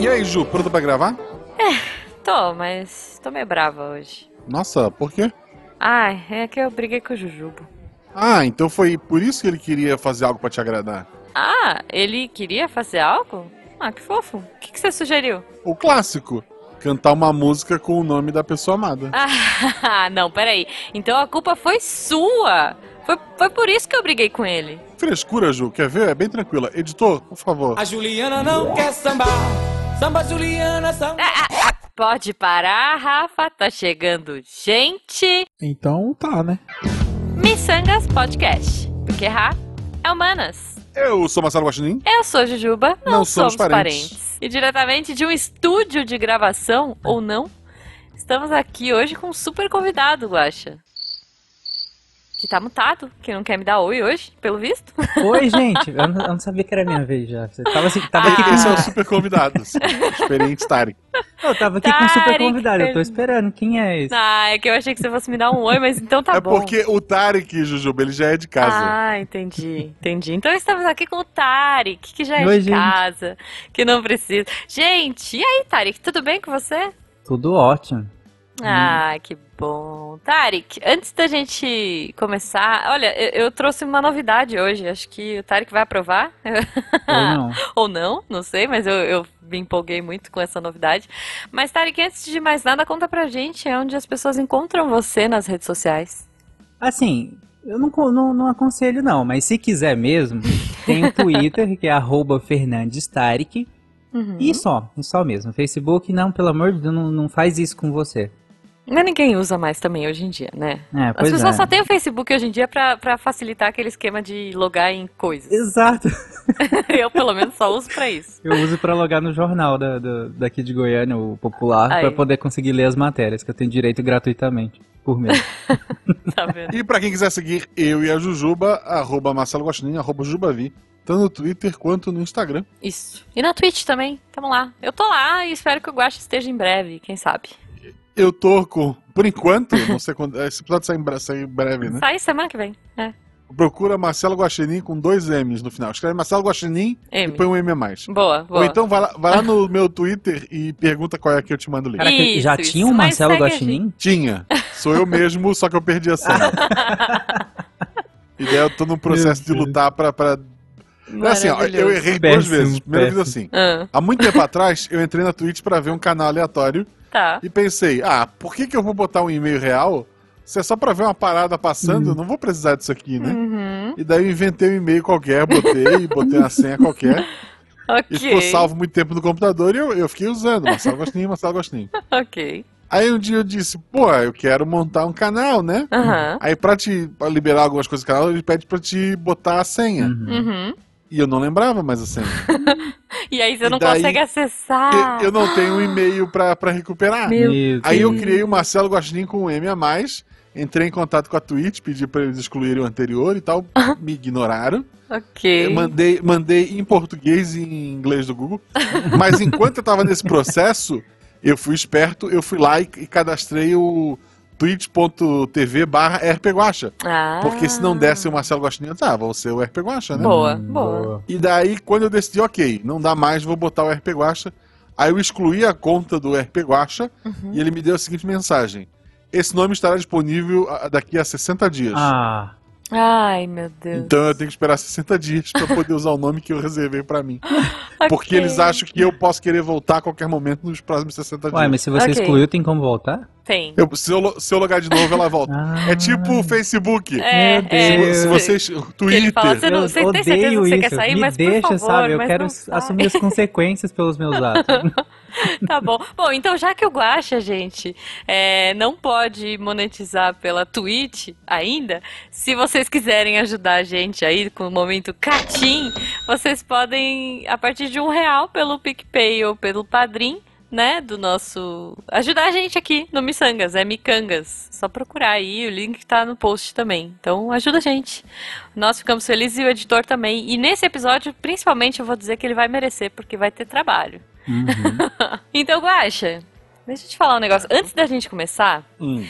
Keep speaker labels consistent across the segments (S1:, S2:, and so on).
S1: E aí, Ju, pronta pra gravar?
S2: Tô, mas tô meio brava hoje.
S1: Nossa, por quê?
S2: Ai, é que eu briguei com o Jujubo.
S1: Ah, então foi por isso que ele queria fazer algo pra te agradar.
S2: Ah, ele queria fazer algo? Ah, que fofo. O que, que você sugeriu?
S1: O clássico. Cantar uma música com o nome da pessoa amada.
S2: Ah, não, peraí. Então a culpa foi sua. Foi, foi por isso que eu briguei com ele.
S1: Frescura, Ju, quer ver? É bem tranquila. Editor, por favor.
S3: A Juliana não quer sambar. Samba Juliana, samba.
S2: Pode parar, Rafa. Tá chegando gente.
S4: Então tá, né?
S2: Missangas Podcast. Porque Ra é humanas.
S1: Eu sou Marcelo Guaxinim.
S2: Eu sou Jujuba, não,
S1: Não somos parentes.
S2: E diretamente de um estúdio de gravação, ou não, estamos aqui hoje com um super convidado, Guaxa. Que tá mutado, que não quer me dar oi hoje, pelo visto.
S4: Oi, gente. Eu não, eu não sabia que era minha vez já. Você Tava, assim,
S2: Ah.
S4: tava aqui
S1: Esse é o
S4: com,
S1: super convidado. assim, Experiente Tarek.
S4: eu tava aqui com um super
S2: Tarek,
S4: convidado. Eu tô
S2: feliz.
S4: esperando. Quem é esse?
S2: Ah, é que eu achei que você fosse me dar um oi, mas então tá
S1: é
S2: bom.
S1: porque o Tarek, Jujuba, ele já é de casa.
S2: Ah, entendi, entendi. Então estamos aqui com o Tarek, que já é
S4: Oi,
S2: de
S4: gente.
S2: casa, que não precisa. Gente, e aí, Tarek, tudo bem com você?
S4: Tudo ótimo. Hum.
S2: Ah, que bom. Tarek, antes da gente começar, olha, eu, eu trouxe uma novidade hoje. Acho que o Tarek vai aprovar.
S4: Ou não?
S2: Ou não, não sei, mas eu, eu me empolguei muito com essa novidade. Mas, Tarek, antes de mais nada, conta pra gente onde as pessoas encontram você nas redes sociais.
S4: Assim, eu não, con- não, não aconselho não, mas se quiser mesmo, tem o Twitter, que é arroba Fernandes Tarek.
S2: Uhum.
S4: E só, e só mesmo. Facebook, não, pelo amor de Deus, não, não faz isso com você.
S2: Mas é ninguém usa mais também hoje em dia, né?
S4: É,
S2: As
S4: pois
S2: pessoas
S4: é.
S2: só têm o Facebook hoje em dia pra, pra facilitar aquele esquema de logar em coisas.
S4: Exato.
S2: Eu, pelo menos, só uso pra isso.
S4: Eu uso pra logar no jornal da, da- daqui de Goiânia, o Popular,
S2: Aí.
S4: pra poder conseguir ler as matérias, que eu tenho direito gratuitamente, por mês.
S2: Tá vendo?
S1: E pra quem quiser seguir eu e a Jujuba, arroba Marcelo Guaxinim, arroba Jujubavi, tanto no Twitter quanto no Instagram.
S2: Isso. E na Twitch também. Tamo lá. Eu tô lá e espero que o Guaxa esteja em breve, quem sabe.
S1: Eu tô com, por enquanto, não sei quando, esse episódio sai em, bre- sai em breve, né?
S2: Sai semana que vem. É.
S1: Procura Marcelo Guaxinim com dois M's no final. Escreve Marcelo Guaxinim e
S2: M.
S1: põe um M a mais.
S2: Boa, boa.
S1: Ou então vai lá, vai lá no meu Twitter e pergunta qual é que eu te mando o link.
S2: Cara-
S4: Caraca, já
S2: Isso,
S4: tinha
S2: isso.
S4: o
S2: Mas
S4: Marcelo
S2: segue a
S4: Guaxinim?
S1: Tinha. Sou eu mesmo, só que eu perdi a senha. E daí eu tô num processo de
S4: Meu Deus.
S1: lutar pra... pra... É assim, ó, eu errei duas
S4: Péssimo,
S1: vezes. Primeira vez
S4: péssimo.
S1: assim.
S2: Ah,
S1: Há muito tempo atrás, eu entrei na Twitch pra ver um canal aleatório
S2: tá.
S1: e pensei, ah, por que, que eu vou botar um e-mail real se é só pra ver uma parada passando? Eu Não vou precisar disso aqui, né?
S2: Uhum.
S1: E daí eu inventei um e-mail qualquer, botei, botei uma senha qualquer. E
S2: Ok.
S1: ficou salvo muito tempo no computador e eu, eu fiquei usando. assim, Marcelo Gostinho, Marcelo Gostinho.
S2: Ok.
S1: Aí um dia eu disse, pô, eu quero montar um canal, né?
S2: Aham.
S1: Aí pra te pra liberar algumas coisas do canal, ele pede pra te botar a senha.
S4: Uhum.
S2: Uhum.
S1: E eu não lembrava mais a senha.
S2: E aí você
S1: E
S2: não
S1: daí-
S2: consegue acessar.
S1: E eu não tenho um e-mail pra, pra recuperar.
S2: Meu
S4: Meu
S1: Aí eu
S4: Deus.
S1: criei o Marcelo Guaxinim com um M a mais, entrei em contato com a Twitch, pedi pra eles excluírem o anterior e tal, me ignoraram.
S2: Ok.
S1: Eu mandei, mandei em português e em inglês do Google. Mas enquanto eu tava nesse processo, eu fui esperto, eu fui lá e, e cadastrei o twitch.tv barra rpguacha.
S2: Ah.
S1: Porque se não desse o Marcelo Guaxinim, eu disse, ah, vou ser o RP Guacha, né?
S2: Boa,
S4: Hum,
S2: boa.
S1: E daí, quando eu decidi, ok, não dá mais, vou botar o RP Guacha. Aí eu excluí a conta do RP Guacha
S2: Uhum.
S1: e ele me deu a seguinte mensagem. Esse nome estará disponível a- daqui a 60 dias.
S4: Ah,
S2: Ai, meu Deus.
S1: então eu tenho que esperar 60 dias pra poder usar o nome que eu reservei pra mim. Então, Porque
S2: Ok.
S1: eles acham que eu posso querer voltar a qualquer momento nos próximos 60 dias.
S4: ué, mas se você
S2: Ok.
S4: excluiu, tem como voltar?
S2: Tem.
S1: Eu- se, eu, lo- se eu logar de novo, ela volta.
S4: Ah,
S1: É tipo o Facebook.
S2: É,
S4: Meu
S2: é.
S4: Deus.
S1: Se vocês. O Twitter.
S2: Ele fala, assim, "Você não-
S4: eu
S2: você tem certeza que
S4: odeio
S2: você
S4: isso.
S2: quer sair?
S4: Me
S2: Mas por
S4: deixa,
S2: favor,
S4: sabe? Eu
S2: mas
S4: quero
S2: não
S4: s-
S2: sai."
S4: assumir as consequências pelos meus atos.
S2: Tá bom. Bom, então já que o Guaxa, gente, é, não pode monetizar pela Twitch ainda, se vocês quiserem ajudar a gente aí com o momento Catim, vocês podem, a partir de um real, pelo PicPay ou pelo Padrim, né, do nosso... Ajudar a gente aqui no Missangas, é Micangas. Só procurar aí, o link tá no post também. Então ajuda a gente. Nós ficamos felizes e o editor também. E nesse episódio, principalmente, eu vou dizer que ele vai merecer, porque vai ter trabalho.
S4: Uhum.
S2: Então, Guaxa, deixa eu te falar um negócio. Antes da gente começar,
S1: Hum,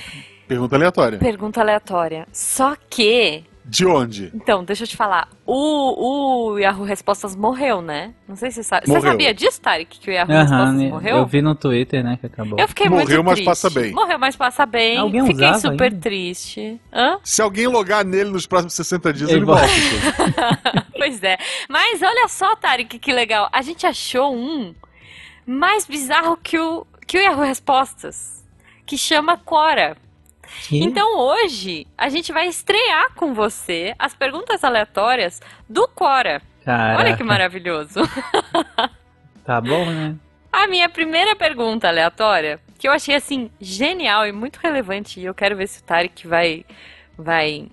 S1: pergunta aleatória.
S2: pergunta aleatória. Só que
S1: De onde?
S2: Então, deixa eu te falar. O, o Yahoo Respostas morreu, né? Não sei se você sabe. Você
S1: Morreu.
S2: sabia disso, Tarek, que o Yahoo
S4: Aham,
S2: Respostas
S4: eu-
S2: morreu?
S4: eu vi no Twitter, né, que acabou.
S2: Eu fiquei
S1: Morreu,
S2: muito
S1: mas
S2: triste.
S1: passa bem.
S2: Morreu, mas passa bem.
S4: Alguém
S2: Fiquei
S4: usava
S2: super
S4: ainda?
S2: triste. Hã?
S1: Se alguém logar nele nos próximos 60 dias,
S4: Ele
S1: ele,
S4: volta.
S1: volta.
S2: pois é. Mas olha só, Tarek, que legal. A gente achou um mais bizarro que o, que o Yahoo Respostas, que chama Quora.
S4: Que?
S2: Então hoje a gente vai estrear com você as perguntas aleatórias do Quora.
S4: Caraca,
S2: Olha que maravilhoso.
S4: Tá bom, né?
S2: A minha primeira pergunta aleatória, que eu achei assim genial e muito relevante, e eu quero ver se o Tarek vai vai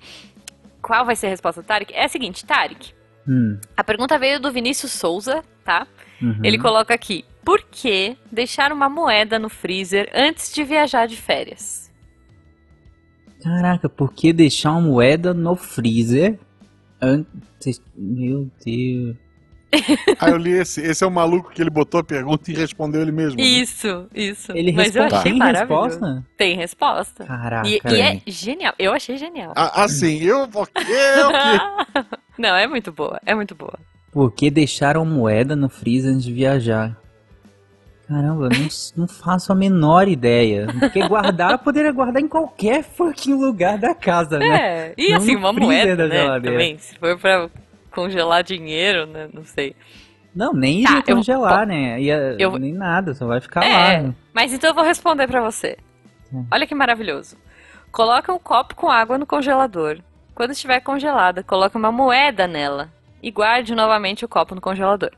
S2: qual vai ser a resposta do Tarek? É a seguinte, Tarek,
S4: Hum,
S2: a pergunta veio do Vinícius Souza, tá?
S4: uhum.
S2: Ele coloca aqui: "Por que deixar uma moeda no freezer antes de viajar de férias?"
S4: Caraca, por que deixar uma moeda no freezer antes... Meu Deus.
S1: Aí eu li esse. Esse é o maluco que ele botou a pergunta e respondeu ele mesmo. né?
S2: Isso, isso.
S4: Uhum. Ele
S2: Mas eu
S4: responde.
S2: achei
S4: Tem
S2: maravilhoso.
S4: resposta?
S2: Tem resposta.
S4: Caraca.
S2: E, e é
S4: velho.
S2: genial. Eu achei genial.
S1: Ah, assim, eu vou.
S4: É
S1: Eu que.
S2: Não, é muito boa. É muito boa.
S4: Por que deixaram moeda no freezer antes de viajar? Caramba, não, s- não faço a menor ideia. Porque guardar, eu poderia guardar em qualquer fucking lugar da casa, né?
S2: É, e
S4: Não
S2: assim,
S4: no
S2: uma
S4: freezer
S2: moeda,
S4: da
S2: né,
S4: geladeira.
S2: também, se for pra congelar dinheiro, né, não sei.
S4: Não, nem
S2: Tá,
S4: iria
S2: eu-
S4: congelar, né? Ia,
S2: eu-
S4: Nem nada, só vai ficar
S2: É.
S4: lá. né?
S2: Mas então eu vou responder pra você.
S4: Hum.
S2: Olha que maravilhoso. Coloca um copo com água no congelador. Quando estiver congelada, coloque uma moeda nela e guarde novamente o copo no congelador.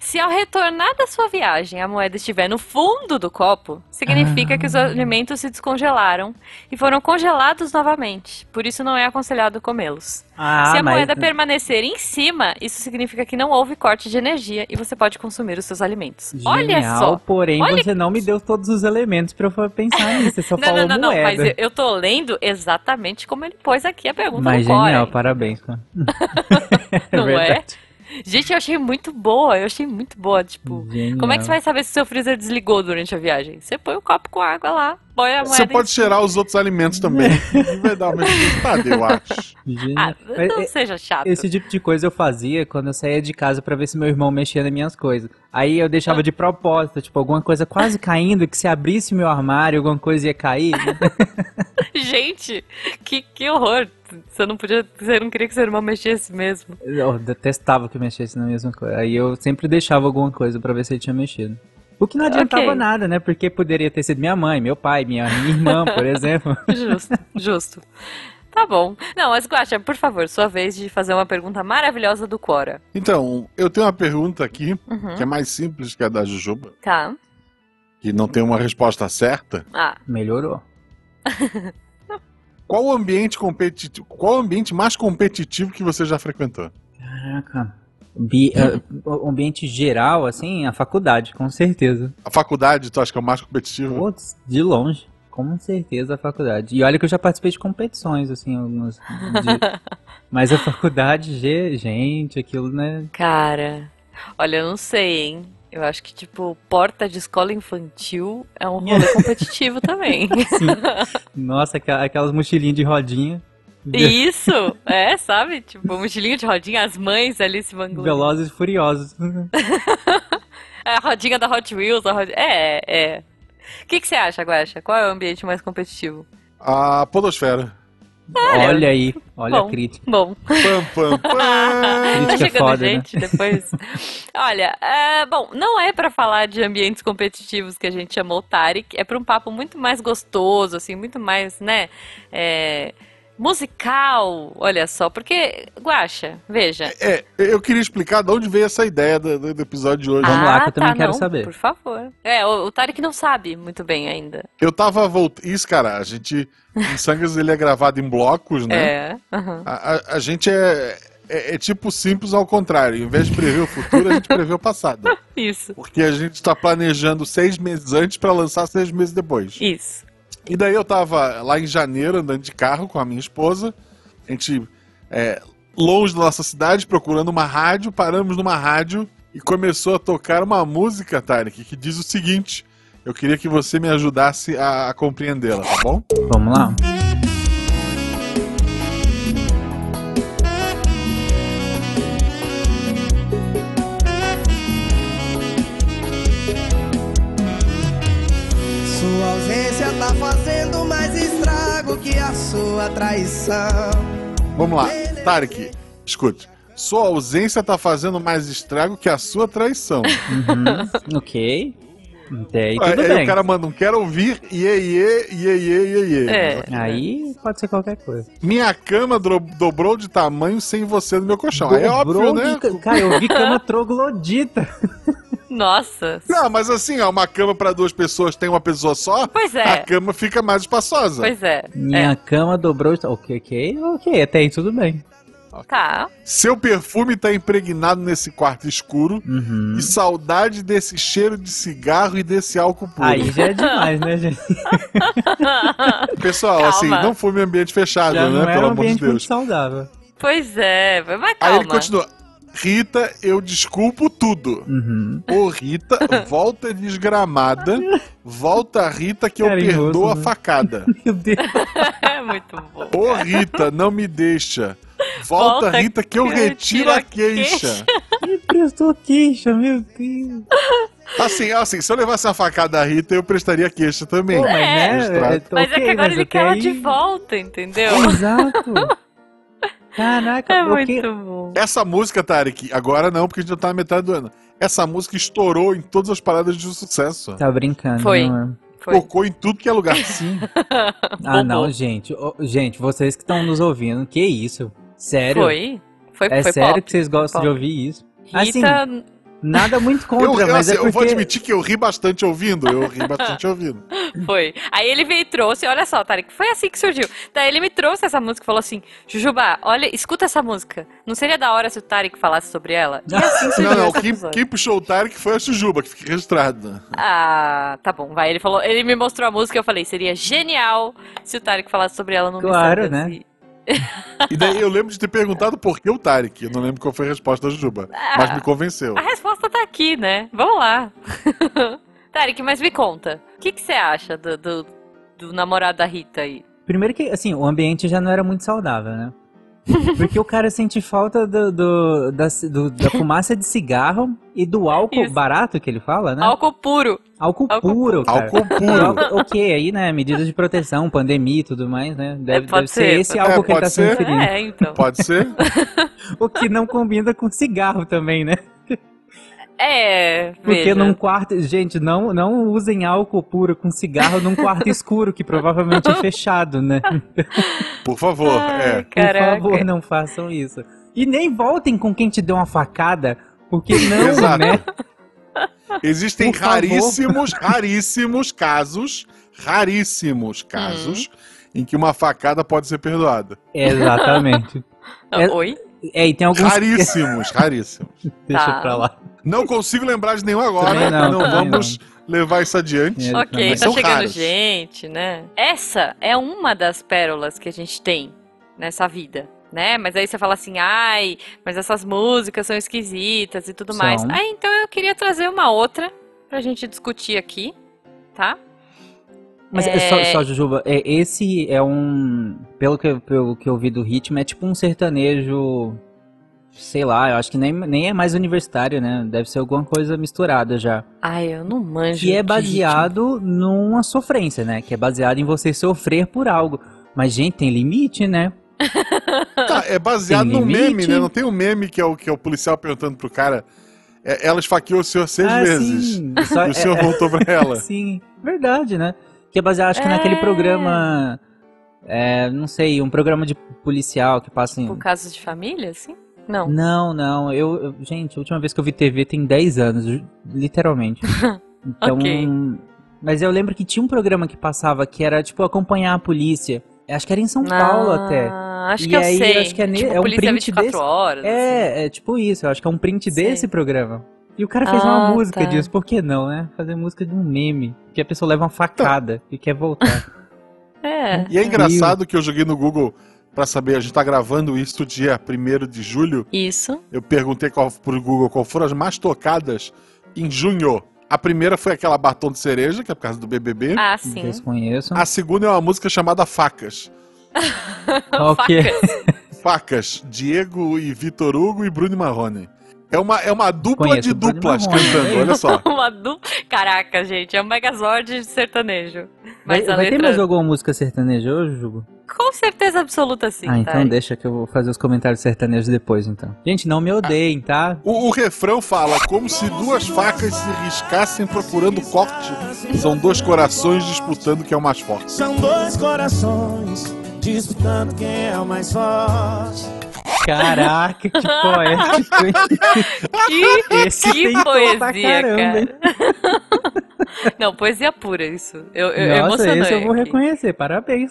S2: Se ao retornar da sua viagem a moeda estiver no fundo do copo, significa
S4: Ah.
S2: que os alimentos se descongelaram e foram congelados novamente. Por isso não é aconselhado comê-los.
S4: Ah,
S2: Se a
S4: mas-
S2: moeda permanecer em cima, isso significa que não houve corte de energia e você pode consumir os seus alimentos.
S4: Genial,
S2: Olha só.
S4: porém
S2: Olha-
S4: você não me deu todos os elementos pra eu pensar nisso. Você só
S2: Não,
S4: falou
S2: não, não, não,
S4: moeda.
S2: mas eu, eu tô lendo exatamente como ele pôs aqui a pergunta
S4: Mas
S2: no
S4: genial,
S2: Core.
S4: parabéns. cara.
S2: é. Não é?
S4: verdade.
S2: Gente, eu achei muito boa, eu achei muito boa, tipo...
S4: Genial.
S2: Como é que você vai saber se o seu freezer desligou durante a viagem? Você põe o copo com água lá, põe a moeda
S1: Você
S2: em
S1: pode
S2: cima.
S1: cheirar os outros alimentos também. E vai dar o mesmo resultado, eu acho.
S4: Genial.
S2: Ah,
S4: Mas,
S2: não
S4: é,
S2: seja chato.
S4: Esse tipo de coisa eu fazia quando eu saía de casa pra ver se meu irmão mexia nas minhas coisas. Aí eu deixava de propósito, tipo, alguma coisa quase caindo, que se abrisse meu armário, alguma coisa ia cair.
S2: Gente, que, que horror. Você não podia, você não queria que seu irmão mexesse mesmo.
S4: Eu detestava que mexesse na mesma coisa. Aí eu sempre deixava alguma coisa pra ver se ele tinha mexido. O que não adiantava
S2: Ok.
S4: nada, né? Porque poderia ter sido minha mãe, meu pai, minha, minha irmã, por exemplo.
S2: Justo, justo. Tá bom. Não, mas Guaxa, por favor, sua vez de fazer uma pergunta maravilhosa do Quora.
S1: Então, eu tenho uma pergunta aqui,
S2: Uhum.
S1: que é mais simples que a da Jujuba,
S2: Tá.
S1: que não tem uma resposta certa.
S2: Ah,
S4: Melhorou.
S1: Qual o ambiente competitivo. Qual o ambiente mais competitivo que você já frequentou?
S4: Caraca. Bi- eh, o ambiente geral, assim, a faculdade, com certeza.
S1: A faculdade, tu acha que é o mais competitivo?
S4: Putz, de longe. Com certeza a faculdade. E olha que eu já participei de competições, assim, algumas. de- Mas a faculdade, ge- gente, aquilo, né?
S2: cara. Olha, eu não sei, hein? Eu acho que, tipo, porta de escola infantil é um rolê competitivo também.
S4: Sim. Nossa, aqua- aquelas mochilinhas de rodinha.
S2: E Isso, é, sabe? Tipo, mochilinho de rodinha, as mães ali se vangloriam.
S4: Velozes e furiosos.
S2: É, A rodinha da Hot Wheels, a rodinha... É, é. O que, que você acha, Guaxa? Qual é o ambiente mais competitivo?
S1: A Podosfera.
S4: Olha aí, olha
S2: Bom.
S4: a crítica.
S2: Bom,
S1: Pam, pam, pam.
S2: tá
S4: Crítica é
S2: chegando
S4: foda, né?
S2: gente depois. Olha, é, bom, não é pra falar de ambientes competitivos que a gente chamou o Tarek, é pra um papo muito mais gostoso, assim, muito mais, né, é, musical, olha só, porque, Guaxa, veja.
S1: É, eu queria explicar de onde veio essa ideia do, do- do episódio de hoje.
S4: Vamos Ah. lá, que eu também
S2: tá,
S4: quero
S2: não,
S4: saber.
S2: Por favor. É, o, o Tarek não sabe muito bem ainda.
S1: Eu tava voltando. Isso, cara, a gente. Em Sangas ele é gravado em blocos, né?
S2: É. aham.
S1: A, a- a gente é, é, é tipo simples ao contrário. Em vez de prever o futuro, a gente prevê o passado.
S2: Isso,
S1: Porque a gente está planejando seis meses antes para lançar seis meses depois.
S2: isso.
S1: E daí eu tava lá em janeiro andando de carro com a minha esposa. A gente é, longe da nossa cidade procurando uma rádio, paramos numa rádio e começou a tocar uma música, Tarek, que diz o seguinte: eu queria que você me ajudasse
S4: né?
S1: a, a compreendê-la, tá bom?
S4: Vamos lá.
S5: tá
S6: fazendo mais estrago que a sua traição.
S1: Vamos lá. Tarek, escute. Sua ausência tá fazendo mais estrago que a sua traição.
S4: Uhum, ok. Até aí
S1: aí
S4: tudo
S1: aí
S4: bem.
S1: o cara manda um quero ouvir, iê, iê, iê, iê, iê, iê.
S2: É.
S4: Aí pode ser qualquer coisa.
S1: Minha cama dro- dobrou de tamanho sem você no meu colchão. Aí é óbvio,
S4: Dobrou
S1: né?
S4: de ca- Cara, eu vi cama troglodita.
S2: Nossa.
S1: Não, mas assim, ó, uma cama pra duas pessoas tem uma pessoa só,
S2: Pois
S1: a
S2: é.
S1: cama fica mais espaçosa.
S2: Pois é.
S4: Tá, Minha cama dobrou de... Ok, ok, ok. Até aí tudo bem.
S2: é. Tá.
S1: Seu perfume tá impregnado nesse quarto escuro
S2: Hum.
S4: Uhum.
S1: e saudade desse cheiro de cigarro e desse álcool puro.
S4: Aí já é demais, né, gente?
S1: Pessoal,
S2: Calma.
S1: assim, não fume em ambiente fechado,
S4: Já
S1: né?
S4: não
S1: Pelo
S4: era um
S1: amor de
S4: ambiente muito
S1: Deus.
S4: saudável.
S2: pois é. Mas
S1: Aí ele
S2: calma.
S1: continua. Rita, eu desculpo tudo.
S4: Uhum.
S1: Ô Rita, volta desgramada. Volta Rita que eu
S4: Carinhoso,
S1: perdoo a
S4: né?
S1: facada.
S4: Meu Deus.
S2: É muito bom.
S1: Ô Rita, não me deixa. Volta,
S2: Volta
S1: Rita que eu retiro a queixa.
S4: Me prestou queixa, meu Deus.
S1: Assim, assim, se eu levasse uma facada da Rita, eu prestaria queixa também.
S4: Pô, mas né?
S1: Frustrado.
S4: tô
S2: Mas é
S4: ok,
S2: que agora
S4: mas
S2: ele
S4: até
S2: quer ela
S4: aí-
S2: de volta, entendeu?
S4: Exato. Caraca,
S2: É
S4: porque...
S2: muito bom.
S1: Essa música, Tarek, agora não, porque a gente já tá na metade do ano. Essa música estourou em todas as paradas de sucesso.
S4: Tá brincando,
S2: Foi.
S4: não é?
S2: Foi.
S1: Tocou em tudo que é lugar. Sim.
S4: Ah, não,
S2: Bombou.
S4: gente. Ô, gente, vocês que estão nos ouvindo, que isso? Sério?
S2: Foi? Foi,
S4: É
S2: foi
S4: sério
S2: pop.
S4: que vocês gostam
S2: Pop.
S4: de ouvir isso? Assim,
S2: Rita,
S4: nada muito contra,
S1: Eu, eu,
S4: mas
S1: assim,
S4: é
S1: eu vou
S4: porque...
S1: admitir que eu ri bastante ouvindo. Eu ri bastante ouvindo.
S2: Foi. Aí ele veio e trouxe, olha só, Tarek, foi assim que surgiu. Daí ele me trouxe essa música e falou assim: Jujuba, olha, escuta essa música. Não seria da hora se o Tarek falasse sobre ela? assim
S1: Não, não, quem,
S2: episódio.
S1: quem puxou o Tarek foi a Jujuba, que fica registrada.
S2: Ah, tá bom, vai. Ele falou, ele me mostrou a música e eu falei: seria genial se o Tarek falasse sobre ela assim." no
S4: Claro,
S2: Missangas.
S4: né?
S2: E-
S1: E daí eu lembro de ter perguntado por que o Tarek. Eu não lembro qual foi a resposta da Jujuba, mas me convenceu.
S2: A resposta tá aqui, né? Vamos lá. Tarek, mas me conta: o que que você acha do, do, do namorado da Rita aí?
S4: Primeiro que, assim, o ambiente já não era muito saudável, né? Porque o cara sente falta do, do- da, ci- do- da fumaça de cigarro e do álcool
S2: Isso.
S4: barato que ele fala, né?
S2: Álcool puro.
S4: Álcool,
S2: álcool
S4: puro, cara.
S1: Álcool puro.
S4: Álcool- ok, aí, né? Medidas de proteção, pandemia e tudo mais, né? Deve,
S2: É, pode
S4: deve ser,
S2: ser,
S4: esse
S2: pode
S4: álcool
S1: ser.
S4: que ele
S1: É,
S4: tá
S1: pode
S4: se
S1: ser.
S4: referindo.
S2: É, então.
S1: Pode ser?
S4: O que não combina com cigarro também, né?
S2: É,
S4: Porque
S2: veja.
S4: num quarto. Gente, não, não usem álcool puro com cigarro num quarto escuro, que provavelmente é fechado, né?
S1: Por favor.
S2: Ai,
S1: é.
S2: caraca.
S4: Por favor, não façam isso. E nem voltem com quem te deu uma facada, porque não,
S1: Exato.
S4: né?
S1: Existem
S4: Por favor.
S1: raríssimos, raríssimos casos, raríssimos casos em que uma facada pode ser perdoada.
S4: Exatamente. É-
S2: Oi?
S4: É, e tem alguns.
S1: Raríssimos, raríssimos.
S4: Deixa
S2: Tá.
S4: pra lá.
S1: Não consigo lembrar de nenhum agora,
S4: Também não,
S1: não,
S4: também
S1: vamos levar isso adiante.
S4: É.
S2: Ok,
S1: Mas
S2: tá
S1: são
S2: chegando
S1: raros.
S2: gente, né? Essa é uma das pérolas que a gente tem nessa vida, né? Mas aí você fala assim, ai, mas essas músicas são esquisitas e tudo
S4: São.
S2: mais. Ah, então eu queria trazer uma outra pra gente discutir aqui, tá?
S4: Mas é...
S2: É.
S4: só, só, Jujuba, é, esse é um. Pelo que, eu- pelo que eu vi do ritmo, é tipo um sertanejo. Sei lá, eu acho que nem, nem é mais universitário, né? Deve ser alguma coisa misturada já.
S2: Ai, eu não manjo.
S4: Que é
S2: de
S4: baseado numa sofrência, né? Que é baseado em você sofrer por algo. Mas, gente, tem limite, né?
S1: Tá, é baseado
S4: Tem
S1: num meme,
S4: limite.
S1: né? Não tem um meme que é o, que é o policial perguntando pro cara. é, ela esfaqueou o senhor seis vezes.
S4: Ah, sim. Só,
S1: E o senhor
S4: é-
S1: voltou pra
S4: é-
S1: ela.
S4: sim, verdade, né? Que é baseado, acho que
S2: É.
S4: naquele programa. é, não sei, um programa de policial que passa em.
S2: ritmo Por casos de família, assim? Não.
S4: Não, não. Eu, eu- gente, a última vez que eu vi TV tem 10 anos, ju- literalmente. Então,
S2: Ok.
S4: mas eu lembro que tinha um programa que passava que era tipo acompanhar a polícia. Acho que era em São Paulo
S2: Ah,
S4: até.
S2: Acho
S4: E
S2: que eu
S4: aí,
S2: sei.
S4: acho que é ne-
S2: tipo,
S4: é um
S2: polícia
S4: print
S2: 24
S4: desse-
S2: horas. assim.
S4: É, é tipo isso. Eu acho que é um print
S2: Sei.
S4: desse programa. E o cara fez uma
S2: Ah,
S4: música
S2: tá.
S4: disso. Por que não, né? Fazer música de um meme. Que a pessoa leva uma facada e quer voltar.
S2: É.
S1: E é engraçado que eu joguei no Google pra saber, a gente tá gravando isso dia 1 de julho.
S2: Isso.
S1: Eu perguntei qual, pro Google qual foram as mais tocadas em junho. A primeira foi aquela Batom de Cereja, que é por causa do BBB.
S2: Ah, sim.
S4: Desconheço.
S1: A segunda é uma música chamada Facas.
S4: Ok.
S2: Facas.
S4: é?
S1: Facas, Diego e Vitor Hugo e Bruno e Marrone. É uma, é uma dupla
S4: Conheço
S1: de
S4: o Bruno
S1: duplas
S4: Marrone,
S1: cantando,
S4: né?
S1: olha só.
S2: Uma dupla. Caraca, gente, é um megazord de sertanejo.
S4: Vai,
S2: Mas a
S4: vai ter
S2: letra.
S4: mais alguma música sertaneja hoje, Jugo?
S2: Com certeza absoluta, sim. tá?
S4: ah, então
S2: Thay.
S4: deixa que eu vou fazer os comentários sertanejos depois, então. Gente, não me odeiem, tá?
S1: O, o refrão fala como se duas facas se riscassem procurando corte. São dois corações disputando quem é o mais forte.
S5: São dois corações disputando quem é o mais forte.
S4: Caraca, que poético, hein?
S2: Que,
S4: Esse
S2: que
S4: tentou
S2: poesia,
S4: pra caramba, hein?
S2: cara. Não, poesia pura isso. Eu, eu eu
S4: Nossa,
S2: emocionei
S4: esse eu vou
S2: aqui.
S4: reconhecer. Parabéns,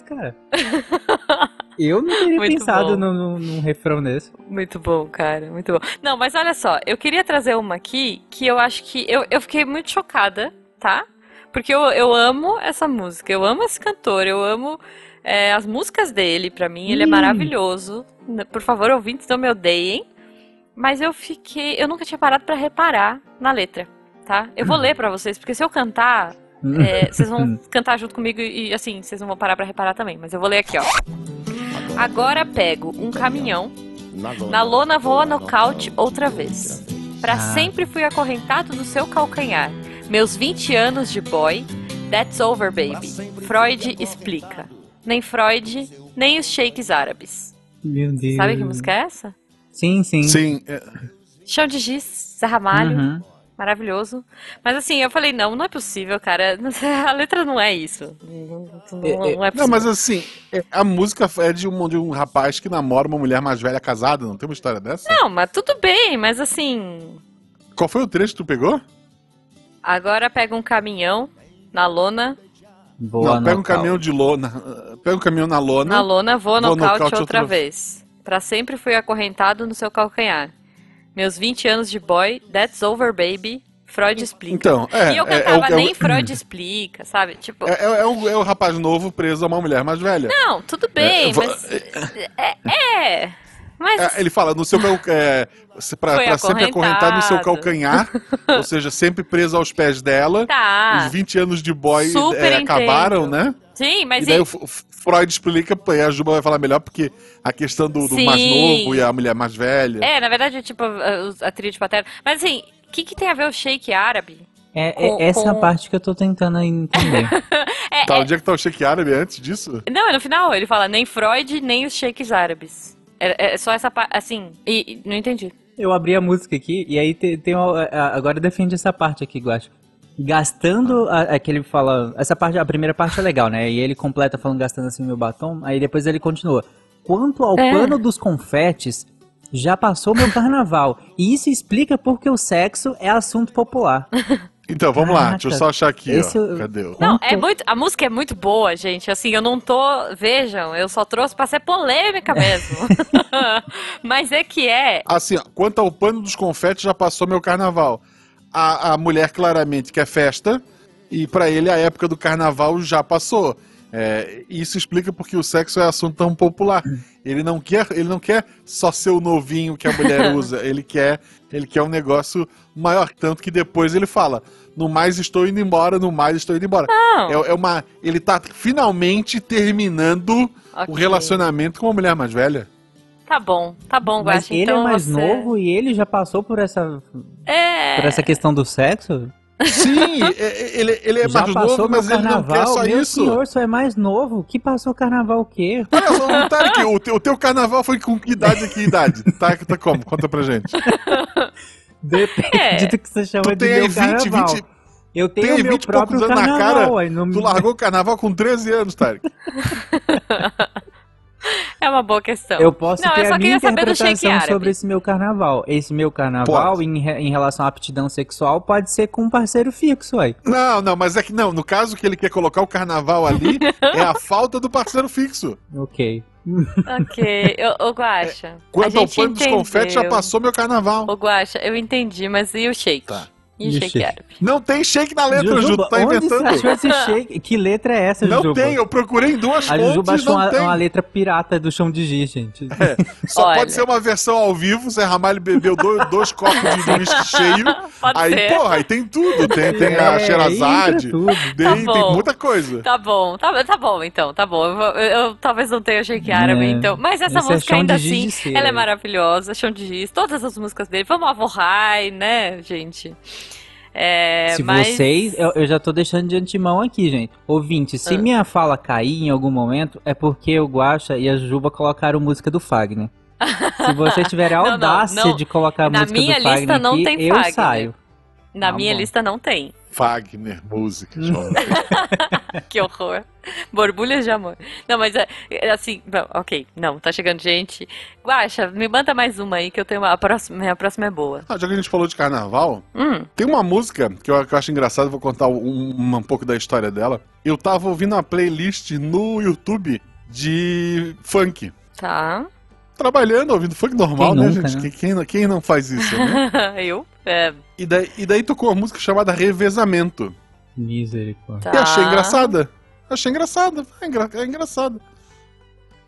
S4: cara. Eu não teria
S2: Muito bom.
S4: pensado num- num num refrão desse.
S2: Muito bom, cara, muito bom. Não, mas olha só, eu queria trazer uma aqui que eu acho que. Eu, eu fiquei muito chocada, tá? Porque eu, eu amo essa música, eu amo esse cantor, eu amo é, as músicas dele, pra mim, ele é
S4: Hum.
S2: maravilhoso. N- Por favor, ouvintes, não me odeiem. Mas eu fiquei. Eu nunca tinha parado pra reparar na letra, tá? Eu vou ler pra vocês, porque se eu cantar, é, vocês vão cantar junto comigo e assim, vocês não vão parar pra reparar também, mas eu vou ler aqui, ó. Agora pego um caminhão na lona voa nocaute outra vez. Pra
S4: Ah.
S2: sempre fui acorrentado no seu calcanhar. Meus 20 anos de boy, that's over baby. Freud explica. Nem Freud, nem os shakes árabes.
S4: Meu Deus.
S2: Sabe que música é essa?
S4: Sim, sim.
S1: Sim, é,
S2: Chão de giz, Zé Ramalho,
S4: Uhum.
S2: maravilhoso. Mas assim, eu falei, não, não é possível, cara. A letra não é isso. Não, não- não é
S1: Não,
S2: possível.
S1: mas assim, é- a música é de um, de um rapaz que namora uma mulher mais velha casada, não tem uma história dessa?
S2: Não, mas tudo bem, mas assim,
S1: Qual foi o trecho que tu pegou?
S2: agora pega um caminhão na lona
S4: Boa
S1: não, pega um
S4: Natal.
S1: caminhão de lona. ah, Pega um caminhão na lona.
S2: Na lona
S1: Vou
S2: vou nocaute,
S1: nocaute
S2: outra,
S1: outra
S2: vez. Pra sempre fui acorrentado no seu calcanhar. Meus 20 anos de boy, that's over, baby. Freud explica.
S1: Então, é.
S2: e eu
S1: é- é
S2: cantava
S1: o- é o-
S2: nem Freud explica, sabe? Tipo,
S1: É, é- é o, é o rapaz novo preso a uma mulher mais velha.
S2: não, tudo bem,
S1: eu vou-
S2: mas. É, é, mas.
S1: É, ele fala, no seu cal- é, se- pra,
S2: Foi
S1: pra sempre acorrentado no seu calcanhar,
S2: acorrentado.
S1: ou seja, sempre preso aos pés dela.
S2: Tá.
S1: Os 20 anos de boy
S2: Super
S1: é, acabaram,
S2: entendo.
S1: né?
S2: Sim,
S1: E
S2: mas
S1: daí
S2: e-
S1: o F- o Freud explica, e a Juba vai falar melhor, porque a questão do, do mais
S2: Sim.
S1: novo e a mulher mais velha.
S2: É, na verdade, é tipo, a, os- a trilha de paterno. Mas assim, o que, que tem a ver o shake árabe?
S4: É, é-
S2: Com-
S4: essa é a
S2: com-
S4: parte que eu tô tentando entender.
S2: É,
S1: Tá, onde é que tá o Sheik Árabe antes disso?
S2: Não, é no final ele fala nem Freud, nem os sheiks árabes. É, é só essa parte, assim, e, e não entendi.
S4: Eu abri a música aqui e aí te- tem, uma- a- agora defende essa parte aqui, Guacho. Gastando a- aquele fala, essa parte, a primeira parte é legal, né? E ele completa falando gastando assim meu batom, aí depois ele continua. Quanto ao
S2: É.
S4: pano dos confetes, já passou meu carnaval. E isso explica porque o sexo é assunto popular.
S1: Então, vamos lá, deixa eu
S4: Caraca,
S1: só achar aqui,
S4: Ah, tá. esse
S1: ó.
S4: eu-
S1: Cadê? o-
S2: Não,
S4: Quanto-
S2: é muito, a música é muito boa, gente. Assim, eu não tô, vejam, eu só trouxe pra ser polêmica mesmo. Mas é que é,
S1: Assim, ó, quanto ao pano dos confetes, já passou meu carnaval. A, a mulher claramente quer festa, e pra ele a época do carnaval já passou. É, isso explica porque o sexo é assunto tão popular. Ele não quer, ele não quer só ser o novinho que a mulher usa, ele quer, ele quer um negócio maior, tanto que depois ele fala: "No mais estou indo embora, no mais estou indo embora".
S2: não.
S1: É, é uma, ele tá finalmente terminando o
S2: Ok.
S1: relacionamento com uma mulher mais velha.
S2: Tá bom, tá bom,
S4: Mas
S2: Guaxa.
S4: ele
S2: Então
S4: é mais
S2: você...
S4: novo e ele já passou por essa,
S2: É.
S4: por essa questão do sexo?
S1: Sim, é- é- ele, ele é
S4: já
S1: mais
S4: passou
S1: novo,
S4: meu
S1: mas ele
S4: carnaval?
S1: não quer só
S4: meu
S1: isso.
S4: senhor, só é mais novo? Que passou carnaval o quê?
S1: Olha só, não tá aqui, o, teu, o teu carnaval foi com que idade e que idade? Tá, tá como? Conta pra gente.
S4: Depende
S2: É.
S4: do que você chama
S1: Tu
S4: de
S1: tem
S4: meu
S1: aí 20,
S4: carnaval.
S1: 20,
S4: Eu
S1: tem
S4: tenho
S1: aí
S4: o meu
S1: 20 e poucos
S4: próprio
S1: anos na
S4: carnaval.
S1: cara,
S4: aí não-
S1: tu largou o carnaval com 13 anos, Tarek.
S2: É uma boa questão.
S4: Eu posso
S2: Não,
S4: ter
S2: eu só
S4: a
S2: queria
S4: minha
S2: saber do shake
S4: interpretação
S2: árabe.
S4: sobre esse meu carnaval. Esse meu carnaval,
S1: Pode.
S4: em, re- em relação à aptidão sexual, pode ser com um parceiro fixo aí.
S1: Não, não, mas é que não, no caso que ele quer colocar o carnaval ali, é a falta do parceiro fixo.
S4: Ok.
S2: Ok, ô, ô Guaxa. a
S1: É, Quanto ao
S2: gente
S1: pano dos confetes, já
S2: entendeu.
S1: passou meu carnaval.
S2: Ô Guaxa, eu entendi, mas e o shake?
S1: Tá.
S2: E
S4: Ixi.
S2: Shakespeare.
S1: Não tem shake na letra, Jujuba.
S4: Jujuba,
S1: tá
S4: onde você achou
S1: inventando.
S4: esse shake? Que letra é essa,
S1: Não
S4: Jujuba?
S1: tem, eu procurei em duas
S4: A Jujuba
S1: fontes,
S4: achou
S1: não
S4: uma, é
S1: tem.
S4: uma letra pirata do chão de giz, gente.
S1: Só
S2: Olha.
S1: pode ser uma versão ao vivo, Zé Ramalho bebeu dois, dois copos de de uísque cheio.
S2: Pode
S1: aí,
S2: ser.
S1: porra, aí tem tudo. Tem, tem a
S4: É,
S1: Xerazade,
S4: entra tudo.
S2: Tá
S1: tem, tem
S2: bom.
S1: muita coisa.
S2: Tá bom, tá, tá bom então, tá bom. Eu, vou- eu- eu talvez não tenha shake árabe,
S4: É.
S2: então. Mas essa
S4: Esse é
S2: música,
S4: chão
S2: ainda
S4: de giz
S2: assim,
S4: de cera.
S2: ela é maravilhosa, chão de giz, todas as músicas dele. Vamos avorrar, né, gente? É,
S4: se
S2: mas...
S4: vocês. Eu, eu já tô deixando de antemão aqui, gente. Ouvinte,
S2: Ah.
S4: se minha fala cair em algum momento, é porque o Guaxa e a Jujuba colocaram música do Fagner. Se vocês tiverem a
S2: Não, não,
S4: audácia
S2: não.
S4: de colocar a
S2: Na
S4: música
S2: minha
S4: do
S2: lista
S4: Fagner
S2: não
S4: aqui,
S2: tem
S4: eu
S2: Fagner.
S4: saio.
S2: Na
S4: Tá
S2: minha
S4: bom.
S2: lista não tem.
S1: Fagner, música, João.
S2: Que horror. Borbulhas de amor. Não, mas é, é assim, bom, ok. Não, tá chegando gente. Guaxa, me manda mais uma aí que eu tenho uma. A próxima, minha próxima é boa.
S1: Ah, já que a gente falou de carnaval,
S2: Hum,
S1: tem uma música que eu, que eu acho engraçada, vou contar um, um- um pouco da história dela. Eu tava ouvindo uma playlist no YouTube de funk.
S2: tá.
S1: Trabalhando, ouvindo funk normal,
S4: Quem
S1: né,
S4: nunca,
S1: gente?
S4: né?
S1: Quem- Quem, não- quem não faz isso, né?
S2: eu? É,
S1: E daí, e daí tocou uma música chamada Revezamento.
S4: Misericórdia.
S2: tá.
S1: E achei engraçada. Achei engraçada. É, engra, é engraçada.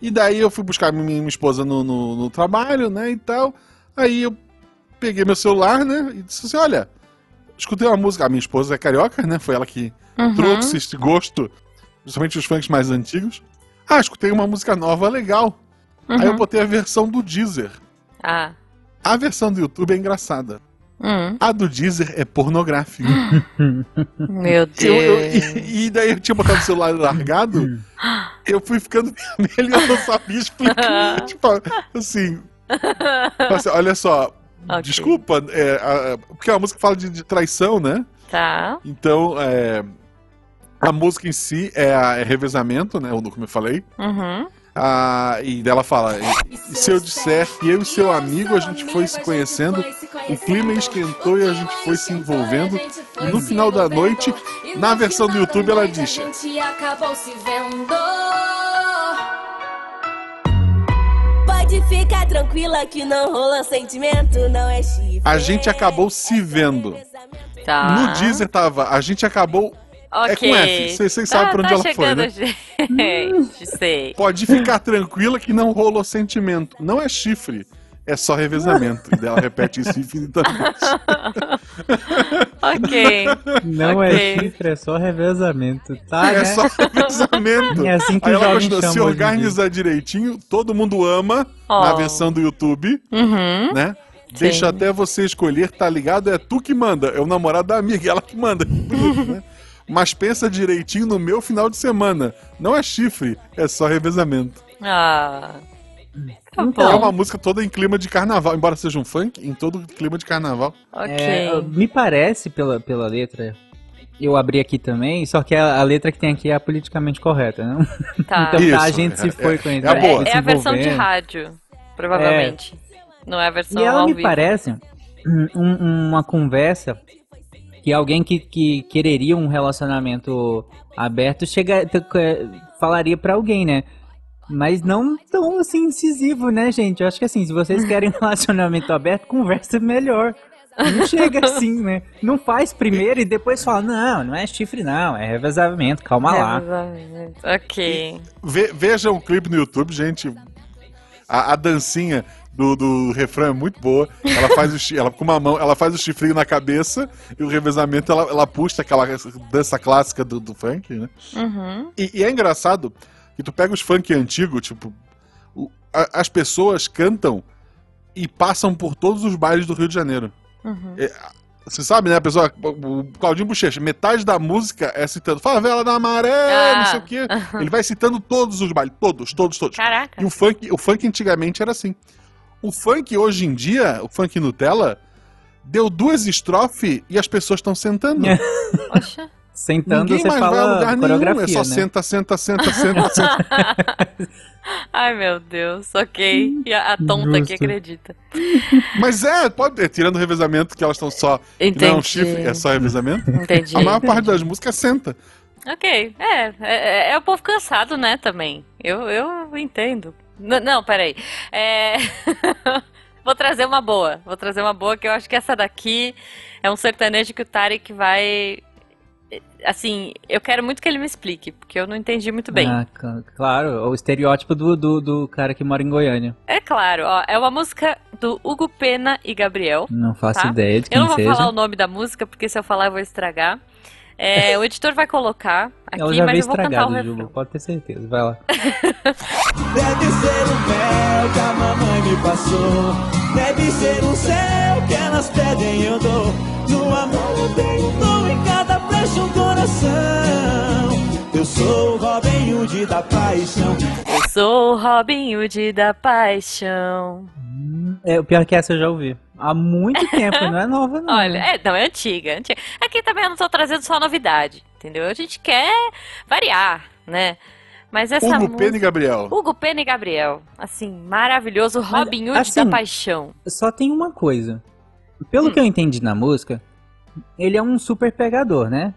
S1: E daí eu fui buscar minha, minha esposa no, no, no trabalho, né, e tal. Aí eu peguei meu celular, né, e disse assim, olha, escutei uma música. A minha esposa é carioca, né, foi ela que
S2: Uhum.
S1: trouxe este gosto, principalmente os funks mais antigos. Ah, escutei uma música nova, legal. Aí eu
S2: Uhum.
S1: botei a versão do Deezer.
S2: Ah.
S1: A versão do YouTube é engraçada.
S2: Hum.
S1: A do Deezer é pornográfica.
S2: Meu Deus.
S1: Eu- eu- e, e daí eu tinha botado o celular largado, eu fui ficando vermelho e eu não sabia explicar. tipo, assim, assim, olha só,
S2: Ok.
S1: desculpa, é, a- a- porque a música fala de, de traição, né?
S2: Tá.
S1: Então, é, a música em si é, a- é revezamento, né? Como eu falei.
S2: Uhum.
S1: Ah, e dela fala: e se eu disser que eu e seu amigo a gente foi se conhecendo, o clima esquentou e a gente foi se envolvendo. No final da noite, na versão do YouTube, ela diz:
S7: Pode ficar tranquila que não rola sentimento, não é chifre. é
S1: A gente acabou se vendo.
S2: Tá.
S1: No Deezer tava, a gente acabou. É
S2: Ok.
S1: com F. Vocês vocês
S2: Tá,
S1: sabem pra onde
S2: tá
S1: ela foi,
S2: chegando,
S1: né?
S2: gente. Sei.
S1: Pode ficar tranquila que não rolou sentimento. Não é chifre, é só revezamento. e daí ela repete isso infinitamente.
S2: Ok.
S4: Não
S2: Ok.
S4: é chifre, é só revezamento, tá?
S2: Ah,
S1: É
S4: né?
S1: só revezamento.
S4: É assim que
S1: Aí
S4: os
S1: ela
S4: jovens
S1: continua,
S4: chamam
S1: se
S4: hoje em dia.
S1: organizar direitinho, todo mundo ama na
S2: Oh.
S1: versão do YouTube,
S2: Uhum.
S1: né? Deixa até você escolher, tá ligado? É tu que manda, é o namorado da amiga, ela que manda. Bonito, né? Mas pensa direitinho no meu final de semana. Não é chifre, é só revezamento.
S2: Ah. Tá
S1: É
S4: Então,
S2: bom.
S1: uma música toda em clima de carnaval, embora seja um funk, em todo clima de carnaval.
S2: Ok.
S4: É, me parece pela, pela letra. Eu abri aqui também, só que a, a letra que tem aqui é a politicamente correta, né?
S2: Tá.
S4: Então tá, a
S1: Isso,
S4: gente
S1: é-
S4: se foi com
S1: é a boa.
S2: É a versão de rádio, provavelmente. Não é a versão
S4: E ela
S2: ao
S4: me
S2: vivo.
S4: parece um- um- uma conversa que alguém que, que quereria um relacionamento aberto chega, t- é, falaria pra alguém, né? Mas não tão assim incisivo, né, gente? Eu acho que assim, se vocês querem um relacionamento aberto, conversa melhor. Não chega assim, né? Não faz primeiro e depois fala, não, não é chifre não, é revezamento, calma
S2: É,
S4: lá.
S2: provavelmente. Ok.
S1: Ve veja um clipe no YouTube, gente. A, a dancinha do, do refrão é muito boa. Ela faz o chi- ela com uma mão, ela faz o chifrinho na cabeça e o revezamento ela, ela puxa aquela dança clássica do, do funk, né?
S2: Uhum.
S1: E, e é engraçado que tu pega os funk antigos, tipo, o- a- as pessoas cantam e passam por todos os bailes do Rio de Janeiro. É,
S2: Uhum.
S1: Você sabe, né, a pessoa, o Claudinho Bochecha, metade da música é citando Favela da Maré,
S2: Ah.
S1: não sei o quê. Ele vai citando todos os bailes, todos, todos, todos.
S2: Caraca.
S1: E o funk, o funk antigamente era assim. O funk hoje em dia, o funk Nutella, deu duas estrofes e as pessoas estão sentando.
S4: É.
S2: Poxa.
S4: Sentando, você fala
S1: é
S4: coreografia,
S1: só
S4: né?
S1: senta, senta, senta, senta, senta.
S2: Ai, meu Deus. Ok. E a, a tonta que
S4: Justo.
S2: acredita.
S1: Mas é, pode, é, tirando o revezamento, que elas estão só. que
S2: Entendi.
S1: Não é um chifre, é só revezamento.
S2: Entendi.
S1: A maior parte das músicas é senta.
S2: Ok. É, é, é- é o povo cansado, né, também. Eu, eu entendo. N- não, peraí. É... Vou trazer uma boa. Vou trazer uma boa, que eu acho que essa daqui é um sertanejo que o Tarek vai. Assim, eu quero muito que ele me explique, porque eu não entendi muito bem.
S4: Ah, cl- claro, o estereótipo do, do, do cara que mora em Goiânia.
S2: É claro, ó, é uma música do Hugo Pena e Gabriel.
S4: Não faço
S2: Tá.
S4: ideia de quem
S2: Eu não vou
S4: seja.
S2: falar o nome da música, porque se eu falar eu vou estragar. É, o editor vai colocar
S4: Ela
S2: aqui,
S4: já veio
S2: mas eu vou cantar o
S4: estragada,
S2: refrão.
S4: Juba, pode ter certeza. Vai lá.
S5: Deve ser um véu que a mamãe me passou. Deve ser um céu que elas pedem e eu dou. No mão eu tenho um dom em cada flecha um coração. Eu sou o Robin Hood da paixão.
S2: Eu sou o Robin Hood da paixão.
S4: Hum, É, o pior é que essa eu já ouvi. Há muito tempo, não é nova, não.
S2: Olha, é, não, é antiga, antiga. Aqui também eu não tô trazendo só novidade, entendeu? A gente quer variar, né? Mas essa
S1: Hugo,
S2: música...
S1: Pena e Gabriel.
S2: Hugo Pena e Gabriel. Assim, maravilhoso Robin Hood
S4: assim,
S2: da paixão.
S4: Só tem uma coisa. Pelo
S2: Hum.
S4: que eu entendi na música, ele é um super pegador, né?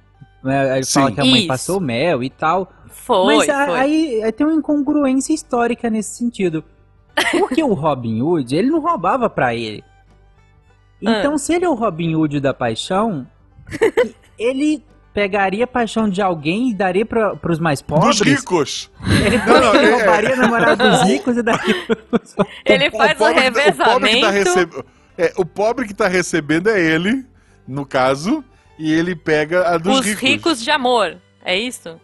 S4: É, Ele
S1: Sim.
S4: fala que a mãe
S2: Isso.
S4: passou mel e tal.
S2: Foi,
S4: mas a-
S2: foi.
S4: Aí, aí tem uma incongruência histórica nesse sentido. Porque o Robin Hood, ele não roubava pra ele. Então,
S2: Ah.
S4: se ele é o Robin Hood da paixão, ele pegaria a paixão de alguém e daria pra, pros mais pobres.
S1: Dos ricos.
S4: Ele
S1: Não, não, é-
S4: roubaria a namorada dos ricos e daria pros
S2: Ele
S1: po-
S2: faz o,
S1: pobre que tá-
S2: revezamento.
S1: pobre que tá receb- é, o pobre que tá recebendo é ele, no caso, e ele pega a dos
S2: Os
S1: ricos.
S2: ricos de amor. É isso?